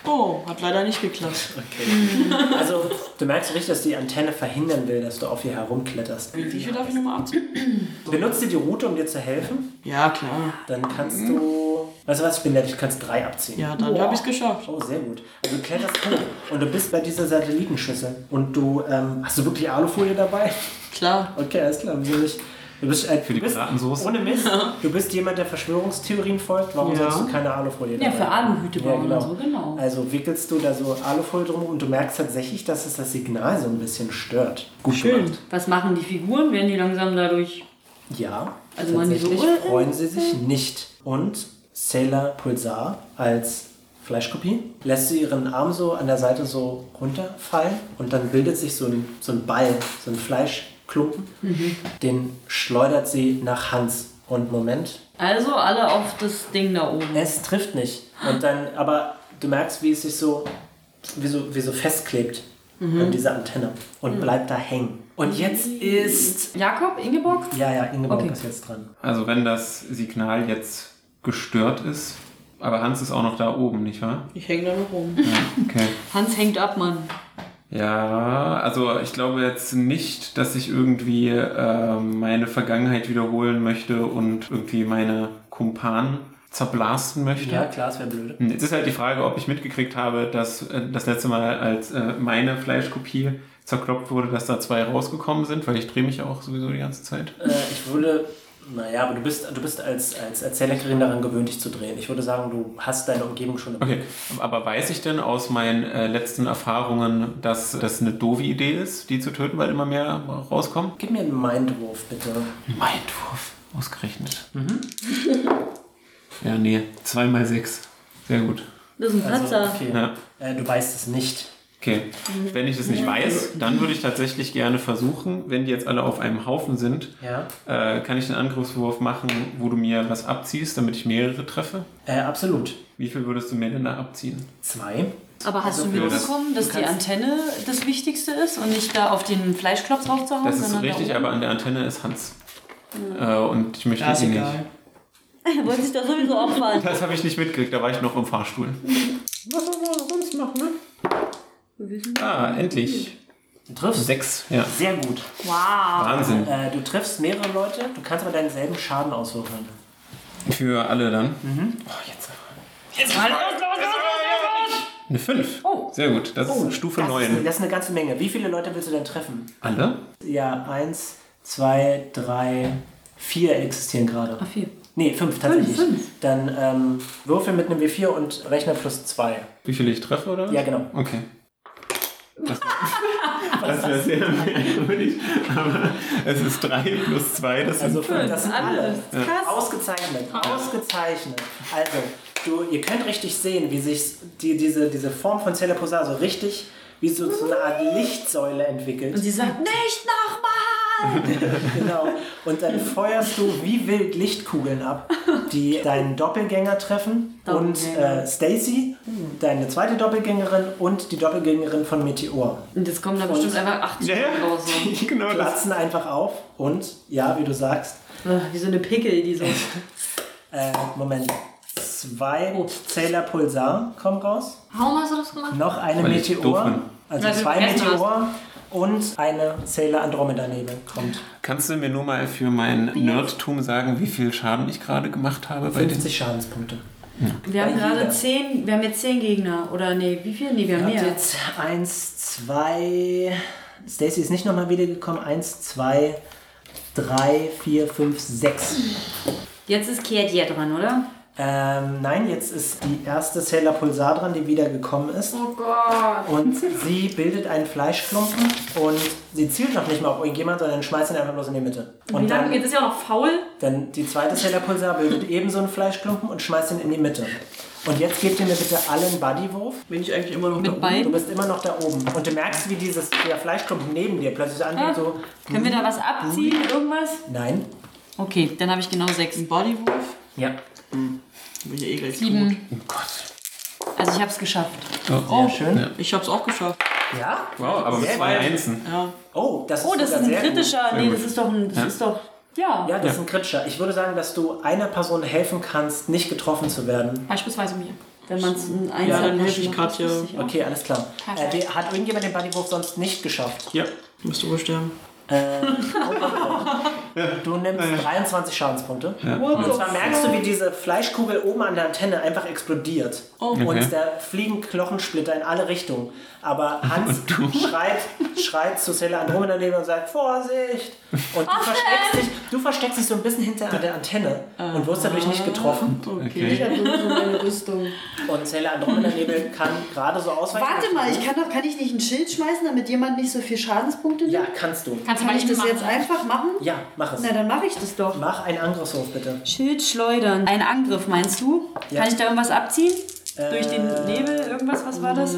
F: Oh, hat leider nicht geklappt.
B: Also, du merkst richtig, dass die Antenne verhindern will, dass du auf ihr herumkletterst.
E: Mhm.
F: Wie viel darf ich nochmal abziehen?
B: Benutzt dir die Route, um dir zu helfen.
F: Ja, klar.
B: Dann kannst du. Weißt du was? Ich bin nett, du kannst drei abziehen.
F: Ja, dann habe ich es geschafft.
B: Oh, sehr gut. Also, du kletterst hoch und du bist bei dieser Satellitenschüssel. Und du. Ähm, hast du wirklich Alufolie dabei?
F: Klar.
B: Okay, alles klar. Wieso nicht? Du bist, äh,
C: Für die
B: du bist
C: Piratensoße.
B: ohne Mist. Du bist jemand, der Verschwörungstheorien folgt. Warum
F: Ja.
B: sollst du keine Alufolie
D: Ja,
B: dabei
D: für
B: haben?
D: Aluhüte
B: Ja,
D: bauen
B: genau.
D: oder so, genau.
B: Also wickelst du da so Alufolie drum und du merkst tatsächlich, dass es das Signal so ein bisschen stört. Gut
F: Schön.
D: Was machen die Figuren? Werden die langsam dadurch.
B: Ja,
D: Also machen die so,
B: tatsächlich
D: äh,
B: freuen sie sich nicht. Und Sailor Pulsar als Fleischkopie lässt sie ihren Arm so an der Seite so runterfallen und dann bildet sich so ein, so ein Ball, so ein Fleischklumpen. Den schleudert sie nach Hans. Und Moment,
D: Also alle auf das Ding da oben.
B: es trifft nicht. Und dann, aber du merkst, wie es sich so, wie so, wie so festklebt an dieser Antenne und bleibt da hängen. Und jetzt ist.
D: Jakob, Ingeborg?
B: Ja, ja, Ingeborg
D: Okay.
B: ist jetzt dran.
C: Also wenn das Signal jetzt gestört ist, aber Hans ist auch noch da oben, nicht wahr?
F: Ich hänge da noch rum.
C: Okay.
D: Hans hängt ab, Mann.
C: Ja, also ich glaube jetzt nicht, dass ich irgendwie ähm, meine Vergangenheit wiederholen möchte und irgendwie meine Kumpanen zerblasten möchte.
B: Ja, klar, es wäre blöd.
C: Jetzt ist halt die Frage, ob ich mitgekriegt habe, dass äh, das letzte Mal, als äh, meine Fleischkopie zerkloppt wurde, dass da zwei rausgekommen sind, weil ich drehe mich auch sowieso die ganze Zeit.
B: Äh, ich würde, naja, aber du bist, du bist als, als Erzählerin daran gewöhnt, dich zu drehen. Ich würde sagen, du hast deine Umgebung schon im
C: Okay, aber weiß ich denn aus meinen äh, letzten Erfahrungen, dass das eine doofe Idee ist, die zu töten, weil immer mehr rauskommen?
B: Gib mir einen Mindwurf, bitte.
C: Mein Wurf, ausgerechnet.
F: Mhm.
C: ja, nee, zweimal sechs. Sehr gut.
D: Das ist ein
B: Also,
D: Patzer.
B: okay.
C: Ja.
B: äh, du weißt es nicht.
C: Okay, wenn ich es nicht weiß, dann würde ich tatsächlich gerne versuchen, wenn die jetzt alle auf einem Haufen sind,
B: Ja.
C: äh, kann ich einen Angriffswurf machen, wo du mir was abziehst, damit ich mehrere treffe?
B: Äh, absolut.
C: Wie viel würdest du mir denn da abziehen?
B: Zwei.
D: Aber hast
C: also
D: du mitbekommen, dass die Antenne das Wichtigste ist und nicht da auf den Fleischklops draufzuhauen?
C: Das ist
D: sondern da
C: richtig,
D: oben?
C: aber an der Antenne ist Hans. Äh, und ich möchte
F: Ja, ist
C: ihn nicht.
F: egal.
D: Er wollte sich da sowieso opfern.
C: Das habe ich nicht mitgekriegt, da war ich noch im Fahrstuhl. Was soll man sonst noch, ne? Ah, endlich.
B: Du triffst.
C: Sechs, ja.
B: Sehr gut.
C: Wahnsinn.
B: Äh, du triffst mehrere Leute, du kannst aber deinen selben Schaden auswürfeln.
C: Für alle dann. Oh, jetzt. Eine fünf. Oh. Sehr gut, das ist Stufe
B: das Ist,
C: neun.
B: das ist eine ganze Menge. Wie viele Leute willst du denn treffen?
C: Alle?
B: Ja, eins, zwei, drei, vier existieren gerade.
D: Ach, vier.
B: Nee, fünf tatsächlich. Dann ähm, würfel mit einem W4 und Rechner plus zwei.
C: Wie viele ich treffe, oder?
B: Ja, genau.
C: Okay. Das, das wäre sehr merkwürdig. Aber es ist 3 plus 2, das
B: Also
C: sind
B: fünf, das sind alle.
D: Krass.
B: Ausgezeichnet, ausgezeichnet. Also, du, ihr könnt richtig sehen, wie sich die, diese, diese Form von Cella Posada so richtig wie so, so eine Art Lichtsäule entwickelt.
F: Und sie sagt,
D: Nicht nochmal!
B: Genau. Und dann feuerst du wie wild Lichtkugeln ab, die deinen Doppelgänger treffen und
F: Doppelgänger.
B: äh, Stacy, deine zweite Doppelgängerin und die Doppelgängerin von Meteor
F: und jetzt kommen da bestimmt einfach acht
C: Ja,
F: Stück
C: ja.
F: raus. So.
C: Genau das.
B: platzen einfach auf und ja, wie du sagst,
F: Ah, Wie so eine Pickel, die so.
B: äh, Moment, zwei Zähler Pulsar kommen raus,
A: Warum hast du das gemacht?
B: noch eine
C: Weil ich doof
B: Meteor,
C: bin.
B: also
F: Weil du
B: zwei
F: vergessen
B: Meteor und eine Zähler Andromeda Nebel kommt.
C: Kannst du mir nur mal für mein Nerdtum sagen, wie viel Schaden ich gerade gemacht habe bei den
B: 50 Schadenspunkte.
F: Wir haben
B: Bei
F: gerade
B: jeder.
F: zehn, wir haben jetzt zehn Gegner. Oder nee, wie viel? Nee, wir haben
B: Ihr habt
F: mehr.
B: jetzt eins, zwei. Stacy ist nicht nochmal wiedergekommen. Eins, zwei, drei, vier, fünf, sechs.
F: Jetzt ist Kiadia dran, oder?
B: Ähm, nein, jetzt ist die erste Sailor Pulsar dran, die wiedergekommen ist.
A: Oh Gott.
B: Und sie bildet einen Fleischklumpen und sie zielt noch nicht mal auf irgendjemand, sondern schmeißt ihn einfach bloß in die Mitte.
F: Wie
B: Und
F: lange
B: dann,
F: geht es ja auch noch faul?
B: dann die zweite Sailor Pulsar bildet ebenso einen Fleischklumpen und schmeißt ihn in die Mitte. Und jetzt gebt ihr mir bitte alle einen Bodywurf.
E: Bin ich eigentlich immer noch
D: Mit
E: da
B: Du
D: Beinen?
B: bist immer noch da oben. Und du merkst, wie dieses, der Fleischklumpen neben dir plötzlich so anfängt, so.
D: Können wir da was abziehen? Irgendwas?
B: Nein.
D: Okay, dann habe ich genau sechs.
E: Ein Bodywurf?
B: Ja.
E: Bin ja eh gleich
D: Sieben.
C: Oh Gott.
D: Also ich habe es geschafft.
B: Sehr schön.
E: tot. Ich hab's auch geschafft.
B: Ja?
C: Wow, aber mit
B: Sehr
C: zwei
B: gut.
C: Einsen.
E: Ja.
B: Oh, das ist,
D: Oh, das ist
B: sogar
D: ein
B: sehr
D: kritischer.
C: Sehr
D: Nee,
C: gut.
D: das ist doch ein. Das ist doch. Ja.
B: Gut. Ja, das ist ein kritischer. Ich würde sagen, dass du einer Person helfen kannst, nicht getroffen zu werden.
A: Beispielsweise mir.
F: Wenn man es in einem
E: Ja, dann helfe ich Katja.
B: Okay, alles klar. Äh, die- hat irgendjemand den Bodywurf sonst nicht geschafft?
E: Ja. Müsst du wohl sterben.
B: Du nimmst 23 Schadenspunkte. Und zwar merkst du, wie diese Fleischkugel oben an der Antenne einfach explodiert.
F: Oh.
C: Okay.
B: Und da fliegen Knochensplitter in alle Richtungen. Aber Hans schreit, schreit zu Cella Andromeda daneben und sagt, Vorsicht! Und du versteckst, dich, du versteckst dich so ein bisschen hinter der Antenne und wirst dadurch nicht getroffen.
C: Okay.
F: meine Rüstung.
B: Und Sailor Andromeda Nebel kann gerade so ausweichen.
F: Warte mal, ich kann doch, kann ich nicht ein Schild schmeißen, damit jemand nicht so viel Schadenspunkte nimmt?
B: Ja, kannst du.
A: Kannst du
F: Kann
A: mal
F: ich das jetzt einfach machen?
B: Ja, mach es.
F: Na, dann mache ich das doch.
B: Mach einen Angriffswurf bitte.
D: Schild schleudern. Ein Angriff, meinst du? Kann ich da irgendwas abziehen? Durch den Nebel? Irgendwas? Was war das?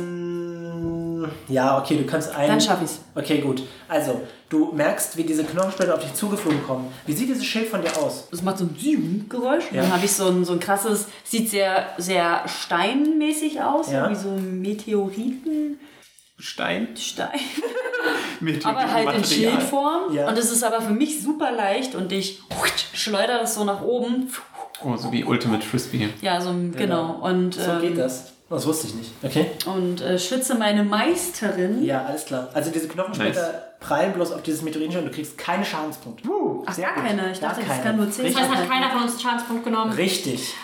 B: Ja, okay, du kannst einen.
D: Dann schaff ich's.
B: Okay, gut. Also, du merkst, wie diese Knochensplitter auf dich zugeflogen kommen. Wie sieht dieses Schild von dir aus?
D: Das macht so ein Geräusch. Dann habe ich so ein, so ein krasses, sieht sehr, sehr steinmäßig aus,
B: Ja.
D: wie so ein Meteoritenstein.
C: Stein mit
D: Aber halt in
C: Material.
D: Schildform.
B: Ja.
D: Und es ist aber für mich super leicht und ich schleudere das so nach oben.
C: Oh, so wie Ultimate Frisbee.
D: Ja, so ein- genau. Und,
B: So
D: ähm,
B: geht das. Das wusste ich nicht. Okay.
D: und äh, schütze meine Meisterin.
B: Ja, alles klar. Also diese Knochensplitter prallen bloß auf dieses Meteorinchen und du kriegst keine Schadenspunkte.
D: Ach, gar keine. Ich
B: Gar
D: dachte, das
B: keine.
D: kann nur 10
A: Das heißt, hat keiner von uns einen Schadenspunkt genommen.
B: Richtig.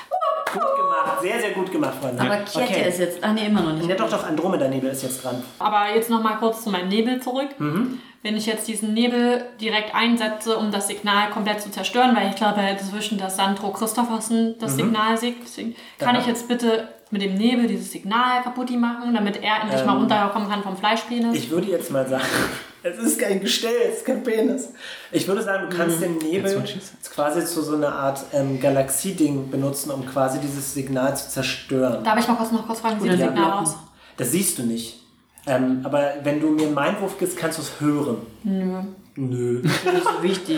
B: Gut gemacht. Sehr, sehr gut gemacht, Freunde.
F: Aber Kiatia
B: okay.
F: ist jetzt.
D: ah,
F: Ach nee, immer noch nicht.
B: Ja, doch, doch, Andromeda-Nebel ist jetzt dran.
A: Aber jetzt nochmal kurz zu meinem Nebel zurück.
B: Mhm.
A: Wenn ich jetzt diesen Nebel direkt einsetze, um das Signal komplett zu zerstören, weil ich glaube, zwischen das Sandro Christoffersen
B: Mhm.
A: das Signal sägt, deswegen kann
B: Ja.
A: ich jetzt bitte mit dem Nebel dieses Signal kaputt machen, damit er endlich
B: Ähm.
A: mal runterkommen kann vom Fleischpenis.
B: Ich würde jetzt mal sagen, es ist kein Gestell, es ist kein Penis. Ich würde sagen, du kannst den Nebel
C: Mhm. wollte ich es.
B: quasi zu so einer Art ähm, Galaxieding benutzen, um quasi dieses Signal zu zerstören.
A: Darf ich mal kurz noch kurz fragen, wie sieht das
B: Ja.
A: Signal aus?
B: Das siehst du nicht. Ähm, aber wenn du mir meinen Wurf gibst, kannst du es hören. Nö. Nö.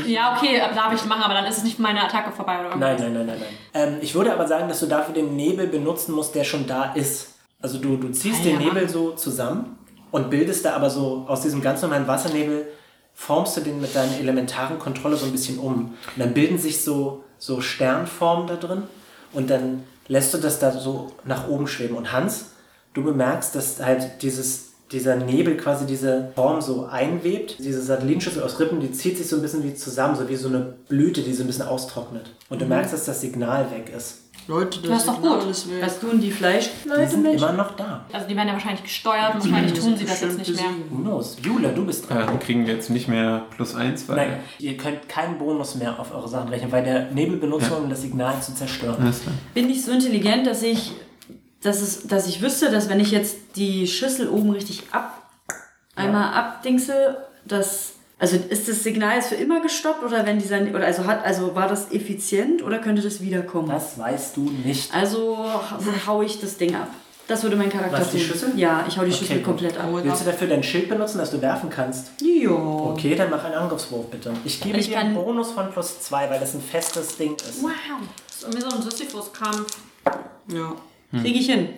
A: Ja, okay, äh, darf ich machen, aber dann ist es nicht meine Attacke vorbei oder irgendwas.
B: Nein, nein, nein, nein, nein. Ähm, ich würde aber sagen, dass du dafür den Nebel benutzen musst, der schon da ist. Also du, du ziehst
A: Ah,
B: den
A: ja.
B: Nebel so zusammen und bildest da aber so aus diesem ganz normalen Wassernebel, formst du den mit deiner elementaren Kontrolle so ein bisschen um. Und dann bilden sich so, so Sternformen da drin und dann lässt du das da so nach oben schweben. Und Hans, du bemerkst, dass halt dieses dieser Nebel quasi diese Form so einwebt. Diese Satellitenschüssel aus Rippen, die zieht sich so ein bisschen wie zusammen, so wie so eine Blüte, die so ein bisschen austrocknet. Und
E: Mhm.
B: du merkst, dass das Signal weg ist.
E: Leute,
A: Das
E: das
A: ist doch
E: Signal
A: gut.
E: ist weg.
F: Was tun die Fleisch?
B: Die sind immer noch da.
A: Also die werden ja wahrscheinlich gesteuert und wahrscheinlich tun sie das jetzt nicht mehr.
B: Who knows? Jule, du bist dran.
C: Äh, kriegen wir jetzt nicht mehr plus eins, weil.
B: Nein, ihr könnt keinen Bonus mehr auf eure Sachen rechnen, weil der Nebel benutzt wurde, um das Signal zu zerstören.
C: Alles klar.
F: Bin ich so intelligent, dass ich, dass, es, dass ich wüsste, dass wenn ich jetzt die Schüssel oben richtig ab
D: Einmal abdingse, das. Also ist das Signal jetzt für immer gestoppt oder wenn dieser oder also hat also war das effizient oder könnte das wiederkommen?
B: Das weißt du nicht.
D: Also ha- hau ich das Ding ab. Das würde mein Charakter
B: Was, die Schüssel?
D: Ja, ich hau die Schüssel
B: gut.
D: komplett ab.
B: Willst du dafür dein Schild benutzen, dass du werfen kannst?
D: Jo.
B: Okay, dann mach einen Angriffswurf bitte. Ich gebe
E: Ich
B: dir einen
E: kann-
B: Bonus von plus zwei, weil das ein festes Ding ist.
A: Das ist irgendwie so ein Sisyphus-Kampf.
E: Ja.
B: Hm.
D: Krieg ich hin.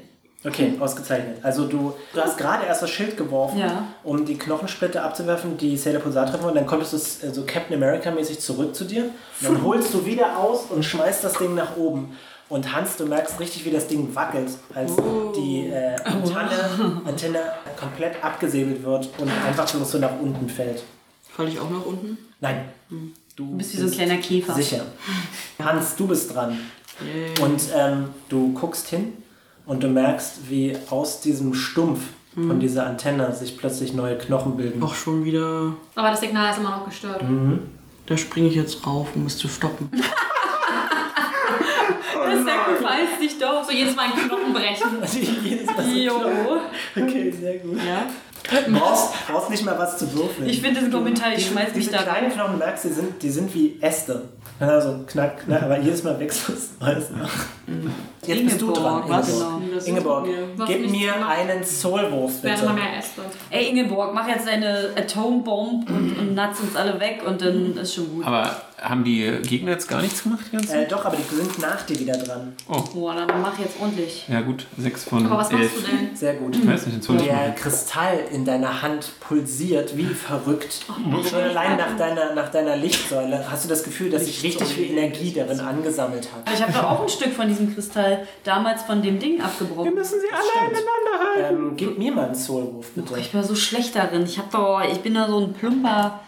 B: Okay, ausgezeichnet. Also du, du hast gerade erst das Schild geworfen,
D: Ja.
B: um die Knochensplitter abzuwerfen, die Sailor Pulsar treffen und dann kommt es äh, so so Captain America-mäßig zurück zu dir. Und dann holst du wieder aus und schmeißt das Ding nach oben. Und Hans, du merkst richtig, wie das Ding wackelt, als
D: Oh.
B: die äh, Antenne, Antenne komplett abgesäbelt wird und einfach so so nach unten fällt.
E: Falle ich auch nach unten?
B: Nein, du
D: Hm. Bist wie so ein kleiner Käfer.
B: Sicher. Hans, du bist dran. Und ähm, du guckst hin und du merkst, wie aus diesem Stumpf
E: Mhm.
B: von dieser Antenne sich plötzlich neue Knochen bilden.
E: Auch schon wieder.
A: Aber das Signal ist immer noch gestört.
B: Mhm.
E: Da springe ich jetzt rauf, um es zu stoppen.
B: Oh
A: Das sacrifice dich doch. So jedes Mal einen Knochen brechen.
B: Also jedes Mal so
E: Jo.
B: Knochen. Okay, sehr gut.
E: Ja.
B: Brauchst, brauchst nicht mal was zu würfeln.
E: Ich finde den Kommentar, ich
B: Diese-
E: schmeiß mich
B: diese
E: da rein.
B: kleinen Knochen, du merkst, die sind, die sind wie Äste. Also knack, knack, aber jedes Mal wächst was Neues nach. Jetzt bist du dran,
E: Mhm. Ingeborg, was?
B: Ingeborg.
E: Genau. Das
B: Ingeborg,
E: ist
A: mir-
B: gib mir einen Soulwurf,
A: Wäre
B: bitte.
A: immer mehr Äste.
D: Ey Ingeborg, mach jetzt deine Atom Bomb und, und nuts uns alle weg und dann ist schon gut.
C: Aber haben die Gegner jetzt gar nichts gemacht? Die ganze Zeit?
B: Äh, doch, aber die sind nach dir wieder dran.
D: Boah, dann mach jetzt
B: Äh.
D: ordentlich.
C: Ja gut, 6 von
A: Aber was machst du
C: 11.
A: denn?
B: Sehr gut.
E: Mhm.
C: Ich weiß nicht, jetzt hol ich
B: Der
C: mal.
B: Kristall in deiner Hand pulsiert wie verrückt. Schon allein nach deiner, nach deiner Lichtsäule hast du das Gefühl, dass sich richtig viel Energie darin angesammelt hat.
D: Ich habe doch auch ein Stück von diesem Kristall damals von dem Ding abgebrochen.
C: Müssen sie alle aneinander halten.
B: Ähm, gib mir mal einen Soulwurf, bitte.
D: Oh, Ich war so schlecht darin. Ich hab doch, ich bin da so ein plumper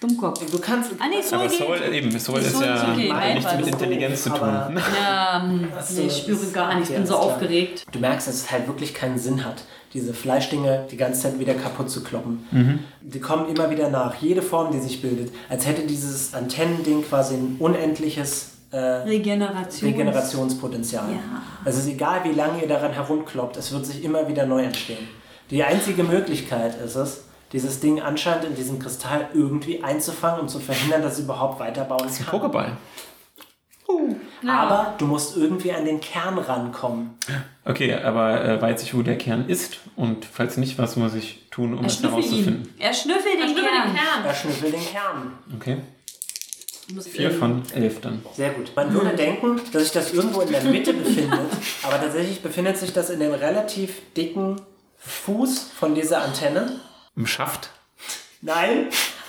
D: Dummkopf.
B: Du kannst.
D: Ah nee, Soul
C: Aber
D: geht.
C: Soul, eben, Soul ist
D: Soul ist
C: ja
D: okay,
C: hat nichts
D: einfach
C: mit
D: so,
C: Intelligenz zu
B: aber-
C: tun.
D: Ja, ähm,
B: so,
D: nee, ich spüre
B: das-
D: gar nichts. Ich
B: okay,
D: bin so
B: alles klar.
D: aufgeregt.
B: Du merkst, dass es halt wirklich keinen Sinn hat, diese Fleischdinge die ganze Zeit wieder kaputt zu kloppen. Die kommen immer wieder nach. Jede Form, die sich bildet. Als hätte dieses Antennending quasi ein unendliches. Äh,
D: Regeneration.
B: Regenerationspotenzial. Also Es ist egal, wie lange ihr daran herumkloppt, es wird sich immer wieder neu entstehen. Die einzige Möglichkeit ist es, dieses Ding anscheinend in diesem Kristall irgendwie einzufangen, um zu verhindern, dass es überhaupt weiterbauen kann.
C: Pokéball.
B: Aber du musst irgendwie an den Kern rankommen.
C: Okay, aber äh, weiß ich, wo der Kern ist? Und falls nicht, was muss ich tun,
A: Äh,
C: um das
D: Schnüffel
C: herauszufinden?
D: ihn. Er schnüffelt den
A: Schnippel den
D: Kern.
A: Kern.
B: Er schnüffelt den Kern.
C: Okay.
D: Du musst
C: Vier
D: ihn-
C: von elf dann.
B: Sehr gut. Man würde denken, dass sich das irgendwo in der Mitte befindet, aber tatsächlich befindet sich das in dem relativ dicken Fuß von dieser Antenne.
C: Im Schaft?
B: Nein,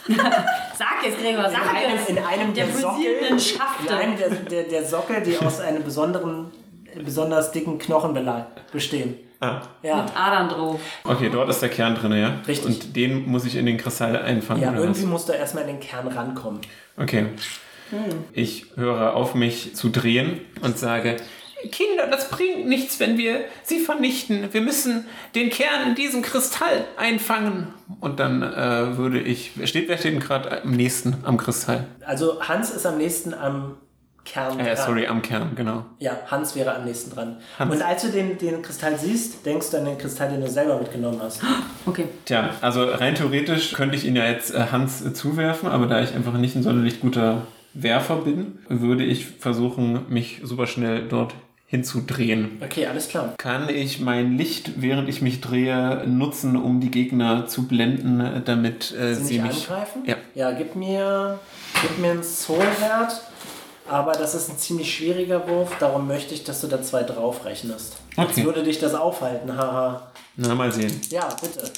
D: Sag jetzt, Gregor,
B: in
D: sag
B: einem,
D: jetzt.
B: in einem der,
D: Der
B: Sockel,
D: pulsierenden
B: in
D: Schafte.
B: einem der, der, der Sockel, die aus einem besonderen, besonders dicken Knochenbelag bestehen.
C: Ah.
B: Ja,
D: Adern drauf.
C: Okay, dort ist der Kern drin, ja?
B: Richtig.
C: Und den muss ich in den Kristall einfangen,
B: ja
C: oder
B: irgendwie
C: was?
B: musst du erstmal in den Kern rankommen.
C: Okay. Ich höre auf, mich zu drehen und sage... Kinder, das bringt nichts, wenn wir sie vernichten. Wir müssen den Kern in diesem Kristall einfangen. Und dann äh, würde ich... Wer steht, wer steht denn gerade am nächsten am Kristall?
B: Also Hans ist am nächsten am Kern
C: Äh,
B: dran.
C: sorry, am Kern, genau.
B: Ja, Hans wäre am nächsten dran.
C: Hans.
B: Und als du den, den Kristall siehst, denkst du an den Kristall, den du selber mitgenommen hast.
D: Okay.
C: Tja, also rein theoretisch könnte ich ihn ja jetzt äh, Hans äh, zuwerfen, aber da ich einfach nicht ein sonderlich guter Werfer bin, würde ich versuchen, mich super schnell dort hinzudrehen.
B: Okay, alles klar.
C: Kann ich mein Licht, während ich mich drehe, nutzen, um die Gegner zu blenden, äh, damit äh,
B: Sie
C: sie
B: nicht
C: mich...
B: angreifen?
C: Ja.
B: Ja, gib mir, gib mir einen Soulwert. Aber das ist ein ziemlich schwieriger Wurf, darum möchte ich, dass du da zwei drauf rechnest. Jetzt
C: Okay.
B: würde dich das aufhalten, haha.
C: Na, mal sehen.
B: Ja, bitte.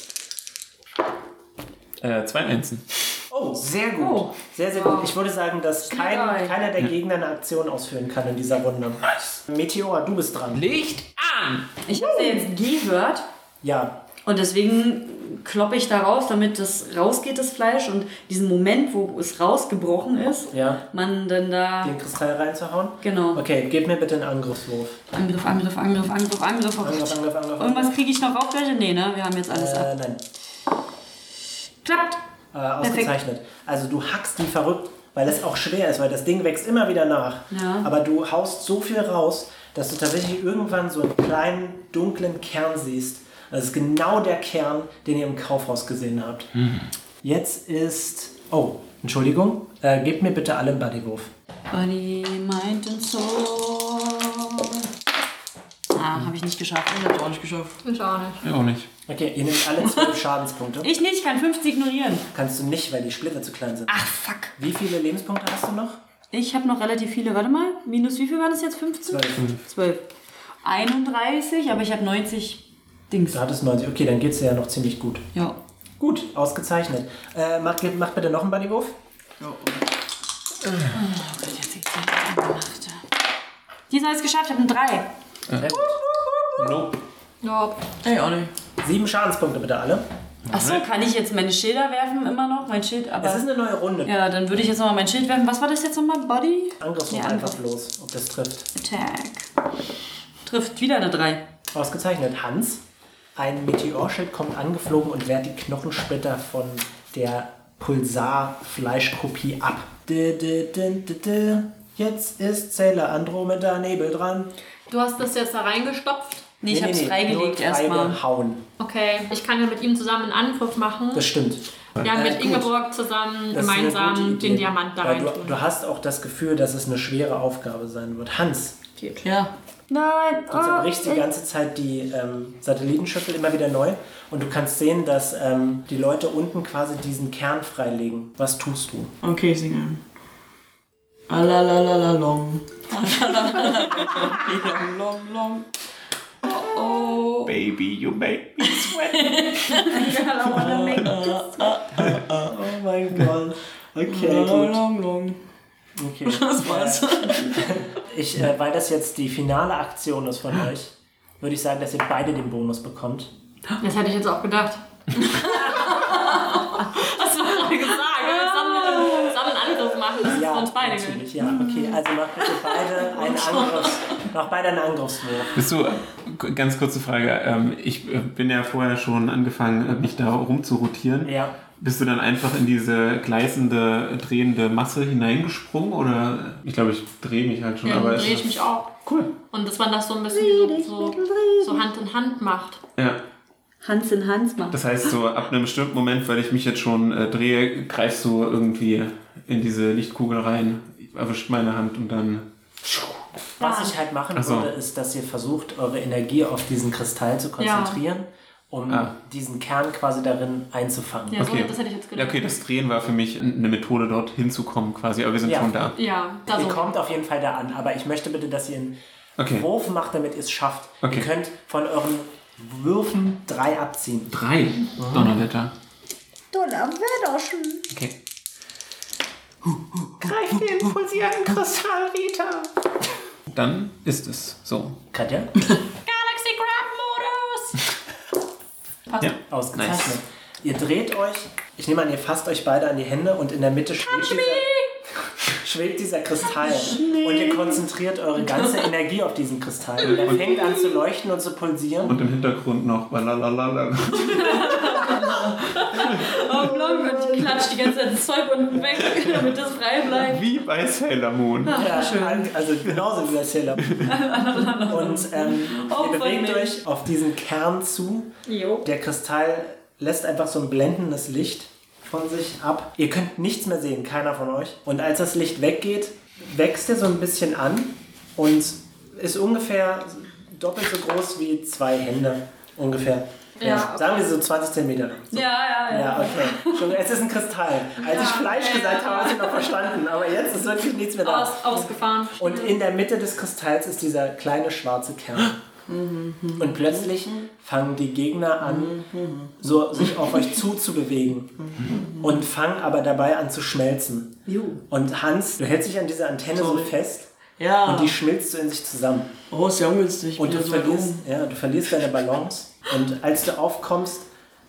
C: Äh, zwei Einsen.
B: Oh, sehr gut. Sehr, sehr gut. Ich würde sagen, dass kein, keiner der Gegner eine Aktion ausführen kann in dieser Runde. Meteora, du bist dran.
C: Licht an!
D: Ich habe ja jetzt gehört
B: Ja,
D: und deswegen kloppe ich da raus, damit das rausgeht, das Fleisch. Und diesen Moment, wo es rausgebrochen ist,
B: ja.
D: man dann da...
B: Den Kristall reinzuhauen.
D: Genau.
B: Okay, gib mir bitte einen Angriffswurf.
D: Angriff, Angriff, Angriff, Angriff, Angriff. Oh
B: Angriff,
D: Gott.
B: Angriff, Angriff.
D: Irgendwas kriege ich noch auf, welche? Nee, ne? Wir haben jetzt alles ab.
B: Äh, nein.
D: Klappt.
B: Äh, ausgezeichnet. Also du hackst die verrückt, weil es auch schwer ist, weil das Ding wächst immer wieder nach.
D: Ja.
B: Aber du haust so viel raus, dass du tatsächlich irgendwann so einen kleinen dunklen Kern siehst. Das ist genau der Kern, den ihr im Kaufhaus gesehen habt.
D: Mhm.
B: Jetzt ist. Oh, Entschuldigung. Äh, gebt mir bitte alle einen Bodywurf.
D: Body, Mind and Soul. Ah, habe ich nicht geschafft. Ich hab's auch nicht geschafft.
A: Ich auch nicht.
C: Ich auch nicht.
B: Okay, ihr nehmt alle zwölf Schadenspunkte.
D: Ich nicht, ich kann 50 ignorieren.
B: Kannst du nicht, weil die Splitter zu klein sind.
D: Ach, fuck.
B: Wie viele Lebenspunkte hast du noch?
D: Ich habe noch relativ viele. Warte mal, minus wie viel waren das jetzt? 15?
B: Zwölf.
D: 12. 31, aber ich habe 90 Dings.
B: Du hattest 90. Okay, dann geht's dir ja noch ziemlich gut.
D: Ja.
B: Gut, ausgezeichnet. Äh, mach, mach bitte noch einen Bodywurf.
D: Diesmal ist geschafft, ich habe eine
B: Sehr gut.
C: Nope.
A: Nope.
D: Ich auch nicht.
B: Sieben Schadenspunkte bitte alle.
D: Achso, kann ich jetzt meine Schilder werfen immer noch? Mein Schild,
B: Es ist
D: aber.
B: eine neue Runde.
D: Ja, dann würde ich jetzt nochmal mein Schild werfen. Was war das jetzt nochmal? Body?
B: Angriffsrunde
D: Ja,
B: einfach los, ob das trifft.
D: Attack. Trifft wieder eine 3.
B: Ausgezeichnet. Hans, ein Meteorschild kommt angeflogen und wehrt die Knochensplitter von der Pulsar-Fleischkopie ab. Dü, dü, dü, dü, dü. Jetzt ist Sailor Andromeda Nebel dran.
A: Du hast das jetzt da reingestopft.
D: Nee, ich
B: Nee,
D: habe es
B: nee, nee, nur
D: freigelegt erstmal.
B: Hauen.
A: Okay, ich kann ja mit ihm zusammen einen Angriff machen.
B: Das stimmt.
A: ja,
B: Äh,
A: mit
B: gut.
A: Ingeborg zusammen
B: Das ist eine gute
A: gemeinsam
B: Idee.
A: den Diamant da
B: Weil
A: rein
B: du,
A: tun.
B: du hast auch das Gefühl, dass es eine schwere Aufgabe sein wird. Hans,
D: Ja. Nein.
B: Du
A: Ah,
B: zerbrichst die ganze Zeit die ähm, Satellitenschüssel immer wieder neu und du kannst sehen, dass ähm, die Leute unten quasi diesen Kern freilegen. Was tust du?
E: Okay, ich singe. Alalalala long. Alalalala long, long.
C: Baby, you make me.
B: Oh mein Gott. Okay,
E: Long,
B: gut.
E: long, long.
B: Okay. Das war's. Ich, äh, weil das jetzt die finale Aktion ist von euch, würde ich sagen, dass ihr beide den Bonus bekommt.
A: Das hätte ich jetzt auch gedacht. Hast du gerade gesagt? Wir sollen zusammen einen Angriff machen. Das ist uns beide gilt.
B: natürlich. Ja, okay. Also macht bitte beide einen Angriffs, macht beide einen Angriffswurf.
C: Bist du, äh, ganz kurze Frage, ähm, ich äh, bin ja vorher schon angefangen, äh, mich da rumzurotieren.
B: Ja.
C: Bist du dann einfach in diese gleißende, drehende Masse hineingesprungen oder? Ich glaube, ich drehe mich halt schon,
A: Ja,
C: aber
A: dann
C: es
A: drehe ich
C: ist-
A: mich auch.
C: Cool.
A: Und dass man das so ein bisschen wie so, so, so Hand in Hand macht.
C: Ja.
F: Hans in Hans machen.
C: Das heißt, so ab einem bestimmten Moment, weil ich mich jetzt schon äh, drehe, greifst du irgendwie in diese Lichtkugel rein, erwischt meine Hand und dann.
B: Was ich halt machen
C: Ach so.
B: würde, ist, dass ihr versucht, eure Energie auf diesen Kristall zu konzentrieren, um
C: Ah.
B: diesen Kern quasi darin einzufangen.
A: Ja, so, das hätte ich jetzt
C: Ja,
A: gedacht.
C: okay, das Drehen war für mich eine Methode, dort hinzukommen quasi, aber wir sind
B: Ja.
C: schon da.
A: Ja, da
B: Ihr
A: so.
B: kommt auf jeden Fall da an, aber ich möchte bitte, dass ihr einen
C: Okay.
B: Wurf macht, damit ihr es schafft.
C: Hm. Okay.
B: Ihr könnt von euren Würfen drei abziehen.
C: Drei Donnerwetter.
F: Donnerwetterschen.
C: Okay.
B: Greif den pulsierenden Kristall, Rita!
C: Dann ist es so.
B: Katja?
A: Galaxy Grab Modus! Passt.
C: Ja.
B: Ausgezeichnet. Ihr dreht euch, ich nehme an, ihr fasst euch beide an die Hände und in der Mitte schwebt dieser, schwebt dieser Kristall. Und ihr konzentriert eure ganze Energie auf diesen Kristall. Und er fängt an zu leuchten und zu pulsieren.
C: Und im Hintergrund noch. Balalalala.
D: Oh, Long und ich klatsch die ganze Zeit das Zeug unten weg, damit das frei bleibt.
C: Wie bei Sailor Moon.
B: Ja, also genauso wie der Sailor. Moon. Und ähm,
D: Oh, voll
B: ihr bewegt
D: nett.
B: euch auf diesen Kern zu.
A: Jo.
B: Der Kristall lässt einfach so ein blendendes Licht von sich ab. Ihr könnt nichts mehr sehen, keiner von euch. Und als das Licht weggeht, wächst er so ein bisschen an und ist ungefähr doppelt so groß wie zwei Hände. Ungefähr. Ja, Sagen wir so 20 Zentimeter lang. So.
D: Ja, ja, ja.
B: Ja, okay. Schon, es ist ein Kristall. Als ich Fleisch gesagt habe, habe ich ihn noch verstanden. Aber jetzt ist wirklich nichts mehr da.
A: Aus, ausgefahren.
B: Und in der Mitte des Kristalls ist dieser kleine schwarze Kern.
E: Mhm.
B: Und plötzlich fangen die Gegner an,
E: Mhm.
B: so sich auf euch zuzubewegen und fangen aber dabei an zu schmelzen. Und Hans, du hältst dich an dieser Antenne so
E: Sorry.
B: fest
E: Ja.
B: und die schmilzt so in sich zusammen.
E: oh, ist ja ungünstig.
B: Und du
E: Bin so
B: verlierst,
E: dumm.
B: ja, du verlierst deine Balance. Und als du aufkommst,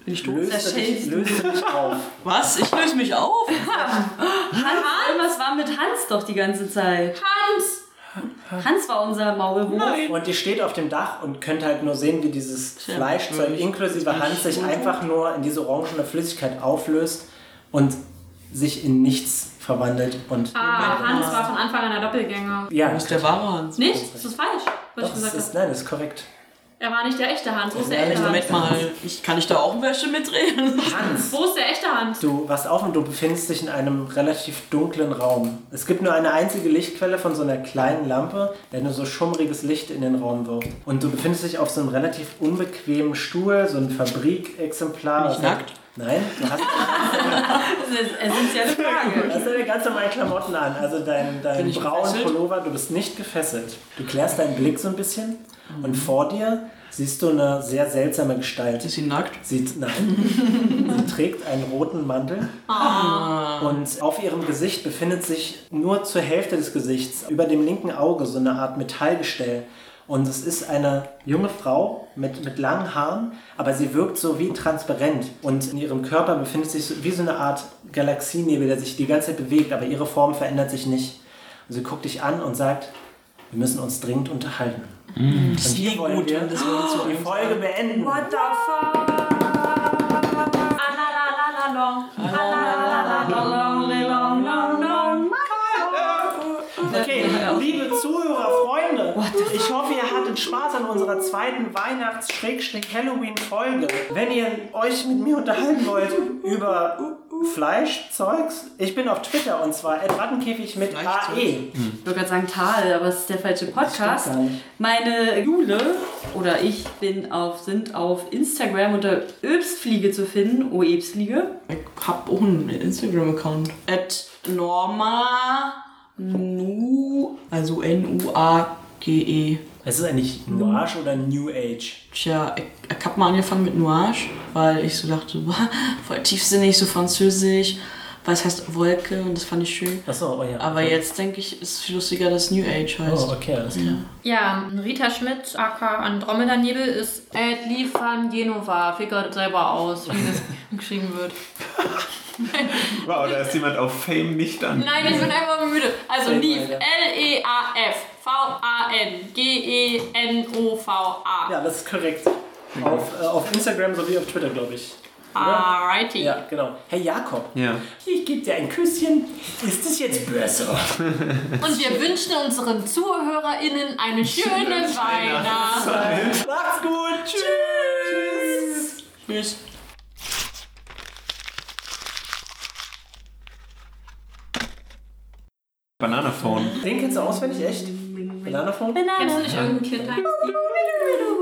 B: löst du dich, löst du dich auf.
E: Was? Ich löse mich auf?
D: Irgendwas war mit Hans doch die ganze Zeit.
A: Hans!
D: Hans war unser Maulwurf.
B: Und ihr steht auf dem Dach und könnt halt nur sehen, wie dieses Fleischzeug inklusive Hand sich einfach nur in diese orangene Flüssigkeit auflöst und sich in nichts verwandelt. Und
A: Ah, Hans war von Anfang an der Doppelgänger.
B: ja,
E: Das ist der wahre Hans.
A: Nicht? Das ist falsch, was ich
B: doch, das
A: gesagt
B: ist,
A: habe.
B: nein, das ist korrekt.
A: Er war nicht der echte Hans. Wo ist der
B: Ja,
A: echte Hans?
E: Moment mal, ich, kann ich da auch Wäsche mitdrehen?
B: Hans!
A: Wo ist der echte Hans?
B: Du wachst auf und du befindest dich in einem relativ dunklen Raum. Es gibt nur eine einzige Lichtquelle von so einer kleinen Lampe, der nur so schummriges Licht in den Raum wirft. Und du befindest dich auf so einem relativ unbequemen Stuhl, so ein Fabrikexemplar.
E: Bin ich nackt?
B: Nein, du hast,
E: Das ist essentielle
B: du
E: Frage.
B: hast deine ganz normalen Klamotten an. Also dein, dein
E: ich
B: braunen
E: gefesselt?
B: Pullover, du bist nicht gefesselt. Du klärst deinen Blick so ein bisschen und vor dir siehst du eine sehr seltsame Gestalt.
E: Ist sie nackt?
B: Sieht, nein. Sie trägt einen roten Mantel. Und auf ihrem Gesicht befindet sich nur zur Hälfte des Gesichts über dem linken Auge so eine Art Metallgestell. Und es ist eine junge Frau mit, mit langen Haaren, aber sie wirkt so wie transparent. Und in ihrem Körper befindet sich so, wie so eine Art Galaxienebel, der sich die ganze Zeit bewegt, aber ihre Form verändert sich nicht. Und sie guckt dich an und sagt, wir müssen uns dringend unterhalten. Und hier wollen
E: gut,
B: wir
E: wenn das
B: die Folge beenden.
D: What the fuck?
A: Ah,
B: Okay, liebe Zuhörer, Freunde, ich hoffe, ihr hattet Spaß an unserer zweiten Weihnachts-Halloween-Folge. Wenn ihr euch mit mir unterhalten wollt über Fleischzeugs, ich bin auf Twitter und zwar @rattenkäfig mit E. AE.
D: Ich wollte gerade sagen Tal, aber es ist der falsche Podcast.
B: stimmt gar nicht.
D: Meine Jule oder ich bin auf, sind auf Instagram unter Öbstfliege zu finden. Oh, Ebstfliege.
E: Ich hab auch einen Instagram-Account. At Norma Nu, also N-U-A-G-E.
B: Es ist eigentlich Noage oder New Age?
E: E. Tja, ich, ich hab mal angefangen mit Nuage, weil ich so dachte, voll tiefsinnig, so französisch, weil es heißt Wolke und das fand ich schön.
B: Achso, oh ja.
E: Aber jetzt denke ich, ist viel lustiger, dass New Age heißt.
B: Oh, okay, alles klar.
A: Ja, Rita Schmidt, aka Andromeda Nebel, ist at liefern Genova. Figert selber aus, wie das geschrieben wird.
C: Wow, da ist jemand auf Fame nicht an.
A: Nein, ich bin einfach müde. Also E
B: Same
A: Leaf,
B: weiter.
A: L-E-A-F, E V-A-N-G-E-N-O-V-A.
B: Ja, das ist korrekt. Auf, äh, auf Instagram sowie auf Twitter, glaube ich.
A: Alrighty.
B: Ja, genau. Hey Jakob,
C: Ja.
B: ich gebe dir ein Küsschen. Ist es jetzt besser?
A: Und wir wünschen unseren ZuhörerInnen eine schöne Weihnacht.
B: Macht's gut. Tschüss.
E: Tschüss.
C: Bananaphone.
B: Den kennst du auswendig, echt? Bananaphone?
A: Kennst du nicht irgendein Kind? heißt die?